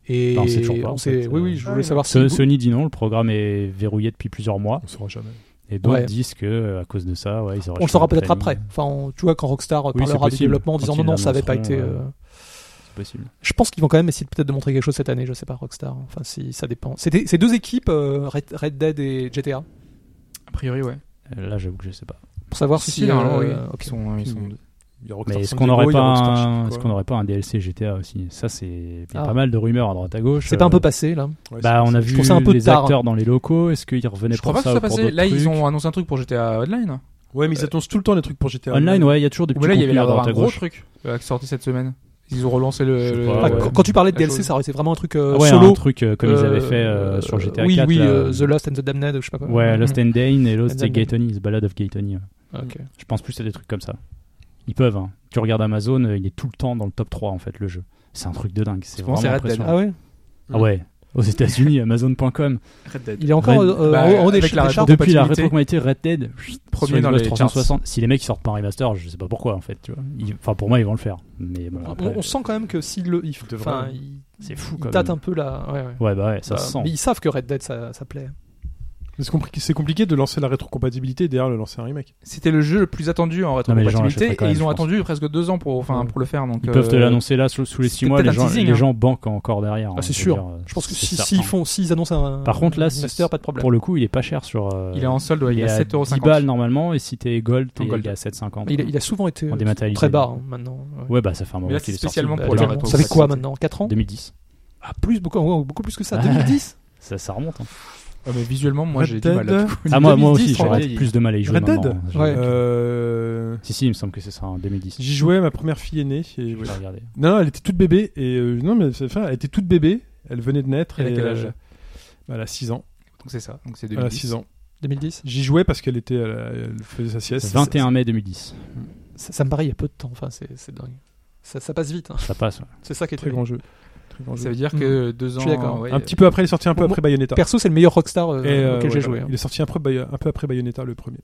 [SPEAKER 4] Et
[SPEAKER 3] Bah, on sait toujours pas,
[SPEAKER 4] on
[SPEAKER 3] en
[SPEAKER 4] sait-
[SPEAKER 3] fait,
[SPEAKER 4] oui,
[SPEAKER 3] euh,
[SPEAKER 4] oui, je voulais
[SPEAKER 1] ouais.
[SPEAKER 4] savoir si.
[SPEAKER 3] So- Sony dit non, le programme est verrouillé depuis plusieurs mois
[SPEAKER 1] On saura jamais.
[SPEAKER 3] et d'autres
[SPEAKER 4] Ouais.
[SPEAKER 3] disent que euh, à cause de ça, ouais, ils auraient
[SPEAKER 4] on le
[SPEAKER 3] changé
[SPEAKER 4] saura
[SPEAKER 3] de
[SPEAKER 4] peut-être
[SPEAKER 3] timing.
[SPEAKER 4] après. Enfin, on- tu vois, quand Rockstar euh,
[SPEAKER 3] c'est
[SPEAKER 4] parlera du
[SPEAKER 3] possible.
[SPEAKER 4] développement en
[SPEAKER 3] Quand
[SPEAKER 4] disant non,
[SPEAKER 3] ils
[SPEAKER 4] non, ça avait pas été.
[SPEAKER 3] l'annonceront,
[SPEAKER 4] euh,
[SPEAKER 3] C'est possible.
[SPEAKER 4] Je pense qu'ils vont quand même essayer de- peut-être de montrer quelque chose cette année, je sais pas, Rockstar. Enfin, si ça dépend. C'était ces deux équipes, euh, Red, Red Dead et GTA,
[SPEAKER 2] A priori, ouais.
[SPEAKER 3] Euh, Là, j'avoue que je sais pas.
[SPEAKER 4] pour savoir
[SPEAKER 2] Ah, Si,
[SPEAKER 4] si.
[SPEAKER 3] hein,
[SPEAKER 2] si, normalement,
[SPEAKER 4] euh,
[SPEAKER 2] oui.
[SPEAKER 4] ok.
[SPEAKER 2] Ils sont, ils sont-
[SPEAKER 1] Il y a Rockstar
[SPEAKER 3] Mais est-ce
[SPEAKER 1] San
[SPEAKER 3] qu'on
[SPEAKER 1] Diego, il
[SPEAKER 3] n'aurait
[SPEAKER 1] y a
[SPEAKER 3] pas,
[SPEAKER 1] Rockstar je sais
[SPEAKER 3] un-
[SPEAKER 1] plus
[SPEAKER 3] est-ce
[SPEAKER 1] quoi.
[SPEAKER 3] qu'on n'aurait pas un DLC GTA aussi Ça, c'est il y a
[SPEAKER 4] Ah.
[SPEAKER 3] pas mal de rumeurs à droite à gauche.
[SPEAKER 4] C'est pas un peu
[SPEAKER 3] Euh,
[SPEAKER 4] passé là
[SPEAKER 1] Ouais,
[SPEAKER 3] Bah,
[SPEAKER 1] c'est-
[SPEAKER 3] on a
[SPEAKER 1] c'est-
[SPEAKER 3] vu
[SPEAKER 4] trouve ça un peu
[SPEAKER 3] les
[SPEAKER 4] tard.
[SPEAKER 3] acteurs dans les locaux. Est-ce qu'ils revenaient
[SPEAKER 2] Je crois
[SPEAKER 3] pour
[SPEAKER 2] pas que
[SPEAKER 3] ça
[SPEAKER 2] ça soit
[SPEAKER 3] ou pour
[SPEAKER 2] passé.
[SPEAKER 3] d'autres
[SPEAKER 2] Là,
[SPEAKER 3] trucs Ah,
[SPEAKER 2] ils ont annoncé un truc pour GTA Online.
[SPEAKER 1] Ouais, mais ils annoncent tout le temps des trucs pour GTA
[SPEAKER 3] Euh, Online, ouais, il y a toujours des
[SPEAKER 2] Ou
[SPEAKER 3] petits
[SPEAKER 2] euh, là, il y avait
[SPEAKER 3] contenus à
[SPEAKER 2] l'air d'avoir
[SPEAKER 3] droite
[SPEAKER 2] un
[SPEAKER 3] à
[SPEAKER 2] gros
[SPEAKER 3] gauche.
[SPEAKER 2] truc euh, qui est sorti cette semaine. Ils ont relancé le.
[SPEAKER 3] Je sais
[SPEAKER 2] le-
[SPEAKER 3] pas,
[SPEAKER 4] Ah,
[SPEAKER 3] ouais.
[SPEAKER 4] quand- Quand tu parlais de
[SPEAKER 2] La
[SPEAKER 4] DLC,
[SPEAKER 2] chose.
[SPEAKER 4] ça aurait été vraiment un truc euh,
[SPEAKER 3] Ouais,
[SPEAKER 4] solo.
[SPEAKER 3] un truc euh, comme ils avaient
[SPEAKER 4] Euh,
[SPEAKER 3] fait euh, sur
[SPEAKER 4] euh,
[SPEAKER 3] GTA
[SPEAKER 4] oui,
[SPEAKER 3] 4.
[SPEAKER 4] Oui,
[SPEAKER 3] là,
[SPEAKER 4] euh, The Lost and the Damned, ou je sais pas quoi.
[SPEAKER 3] Ouais, Lost and Dane et Lost
[SPEAKER 4] And
[SPEAKER 3] the
[SPEAKER 4] Dane.
[SPEAKER 3] Gatony, The Ballad of Gatony. ouais.
[SPEAKER 4] Ok.
[SPEAKER 3] Je pense plus à des trucs comme ça. Ils peuvent. hein. Tu regardes Amazon, euh, il est tout le temps dans le top 3 en fait le jeu. C'est un truc de dingue. C'est
[SPEAKER 2] Souvent, c'est Red
[SPEAKER 3] vraiment
[SPEAKER 2] Dead.
[SPEAKER 3] impressionnant.
[SPEAKER 4] Ah ouais
[SPEAKER 3] Ah ouais. Aux États-Unis, Amazon.com.
[SPEAKER 2] Red Dead.
[SPEAKER 4] Il est encore
[SPEAKER 3] Red-
[SPEAKER 4] euh,
[SPEAKER 2] Bah,
[SPEAKER 4] en haut des
[SPEAKER 2] avec la
[SPEAKER 4] des
[SPEAKER 2] réponse.
[SPEAKER 4] charts.
[SPEAKER 3] Depuis la
[SPEAKER 2] compatibilité.
[SPEAKER 3] rétrocompatibilité Red Dead,
[SPEAKER 2] Premier
[SPEAKER 3] sur
[SPEAKER 2] dans
[SPEAKER 3] Xbox
[SPEAKER 2] les
[SPEAKER 3] 360. Si les mecs sortent pas un remaster, je sais pas pourquoi en fait. Tu vois. Ils- Enfin, pour moi, ils vont le faire. Mais bon,
[SPEAKER 4] On-
[SPEAKER 3] après,
[SPEAKER 4] On sent quand même que s'il le. il-
[SPEAKER 1] devrait.
[SPEAKER 4] Enfin, il
[SPEAKER 3] c'est fou
[SPEAKER 4] il
[SPEAKER 3] quand
[SPEAKER 4] tâte
[SPEAKER 3] même.
[SPEAKER 4] un peu la. Ouais, ouais.
[SPEAKER 3] Ouais, bah ouais, ça
[SPEAKER 4] Bah,
[SPEAKER 3] se sent.
[SPEAKER 4] Mais ils savent que Red Dead ça, ça plaît.
[SPEAKER 1] Mais C'est compli- c'est compliqué de lancer la rétrocompatibilité et derrière de lancer un remake.
[SPEAKER 2] C'était le jeu le plus attendu en
[SPEAKER 3] mais les gens
[SPEAKER 2] rétrocompatibilité
[SPEAKER 3] l'achèteraient quand
[SPEAKER 2] et
[SPEAKER 3] même,
[SPEAKER 2] ils
[SPEAKER 3] je
[SPEAKER 2] ont
[SPEAKER 3] pense.
[SPEAKER 2] attendu presque deux ans pour, enfin,
[SPEAKER 1] Ouais.
[SPEAKER 2] pour le faire. Donc,
[SPEAKER 3] Ils peuvent te
[SPEAKER 2] euh,
[SPEAKER 3] l'annoncer là sous, sous les 6
[SPEAKER 2] c'était
[SPEAKER 3] mois. Les
[SPEAKER 2] peut-être un
[SPEAKER 3] gens,
[SPEAKER 2] teasing,
[SPEAKER 3] les
[SPEAKER 2] hein.
[SPEAKER 3] gens banquent encore derrière.
[SPEAKER 4] Ah, c'est
[SPEAKER 3] hein, je veux
[SPEAKER 4] sûr.
[SPEAKER 3] dire, euh,
[SPEAKER 4] Je pense que
[SPEAKER 3] c'est
[SPEAKER 4] si- s'ils
[SPEAKER 3] certain.
[SPEAKER 4] font, s'ils annoncent un.
[SPEAKER 3] Par contre, là,
[SPEAKER 4] un
[SPEAKER 3] c'est-
[SPEAKER 4] remaster, pas de problème.
[SPEAKER 3] Pour le coup, il est pas cher sur. euh,
[SPEAKER 2] Il est en solde, ouais, il est à
[SPEAKER 3] à 10 balles
[SPEAKER 2] 7,50€.
[SPEAKER 3] normalement et si t'es gold, t'es
[SPEAKER 2] En gold.
[SPEAKER 3] il est à 7,50.
[SPEAKER 4] Il, a- il a souvent été
[SPEAKER 3] En dématérialisé.
[SPEAKER 4] très bas hein, maintenant. ouais.
[SPEAKER 3] Ouais, bah ça fait un moment
[SPEAKER 2] Mais là,
[SPEAKER 3] qu'il
[SPEAKER 2] c'est
[SPEAKER 3] est sorti.
[SPEAKER 2] spécialement
[SPEAKER 3] Bah,
[SPEAKER 2] pour
[SPEAKER 4] Bah,
[SPEAKER 2] la
[SPEAKER 3] quel-
[SPEAKER 4] quel-
[SPEAKER 2] rétro.
[SPEAKER 4] Ça fait quoi maintenant 4 ans
[SPEAKER 3] 2010.
[SPEAKER 4] Ah, plus, beaucoup, ouais, beaucoup plus que ça.
[SPEAKER 3] Ah.
[SPEAKER 4] 2010
[SPEAKER 3] Ça, ça remonte. hein.
[SPEAKER 2] Ouais, Ah, mais visuellement, moi,
[SPEAKER 1] Red
[SPEAKER 2] j'ai du mal
[SPEAKER 1] Dead.
[SPEAKER 2] là. du coup.
[SPEAKER 3] Ah, moi, moi
[SPEAKER 1] 2010,
[SPEAKER 3] aussi,
[SPEAKER 1] trente-deux.
[SPEAKER 3] j'aurais plus de mal à y jouer.
[SPEAKER 1] Red Dead
[SPEAKER 3] maintenant, hein.
[SPEAKER 4] Ouais.
[SPEAKER 3] [LAUGHS] Je-
[SPEAKER 1] Euh,
[SPEAKER 3] Si, si, il me semble que c'est ça, en 2010.
[SPEAKER 1] J'y jouais, ma première fille est née. et-
[SPEAKER 3] Je vais regarder.
[SPEAKER 1] Non, non, elle était toute bébé. Et euh, non, mais c'est- enfin, elle était toute bébé. Elle venait de naître.
[SPEAKER 2] Elle a
[SPEAKER 1] et,
[SPEAKER 2] quel âge
[SPEAKER 1] euh, bah, Elle a 6 ans.
[SPEAKER 2] Donc c'est ça. Donc
[SPEAKER 3] Ah,
[SPEAKER 2] c'est
[SPEAKER 1] Elle a
[SPEAKER 2] 2010.
[SPEAKER 1] 6 ans.
[SPEAKER 4] 2010
[SPEAKER 1] J'y jouais parce qu'elle était, elle, elle faisait sa sieste.
[SPEAKER 3] 21 mai 2010.
[SPEAKER 4] ça, ça me paraît il y a peu de temps. Enfin, c'est c'est dingue. Ça, ça passe vite. hein.
[SPEAKER 3] Ça passe. ouais.
[SPEAKER 4] C'est ça qui est
[SPEAKER 1] Très
[SPEAKER 4] très
[SPEAKER 1] grand jeu. Très grand
[SPEAKER 2] Ça
[SPEAKER 1] jeu.
[SPEAKER 2] veut
[SPEAKER 3] Mmh.
[SPEAKER 2] dire
[SPEAKER 4] Mm.
[SPEAKER 2] que deux ans.
[SPEAKER 4] suis d'accord.
[SPEAKER 2] ouais, euh,
[SPEAKER 1] Un petit peu après, il est sorti un peu
[SPEAKER 4] Moi-
[SPEAKER 1] après Bayonetta.
[SPEAKER 4] Perso, c'est le meilleur Rockstar euh,
[SPEAKER 1] Et, euh,
[SPEAKER 4] auquel j'ai
[SPEAKER 1] ouais,
[SPEAKER 4] joué. hein.
[SPEAKER 1] Il est sorti un peu, Bayo- un peu après Bayonetta, le premier.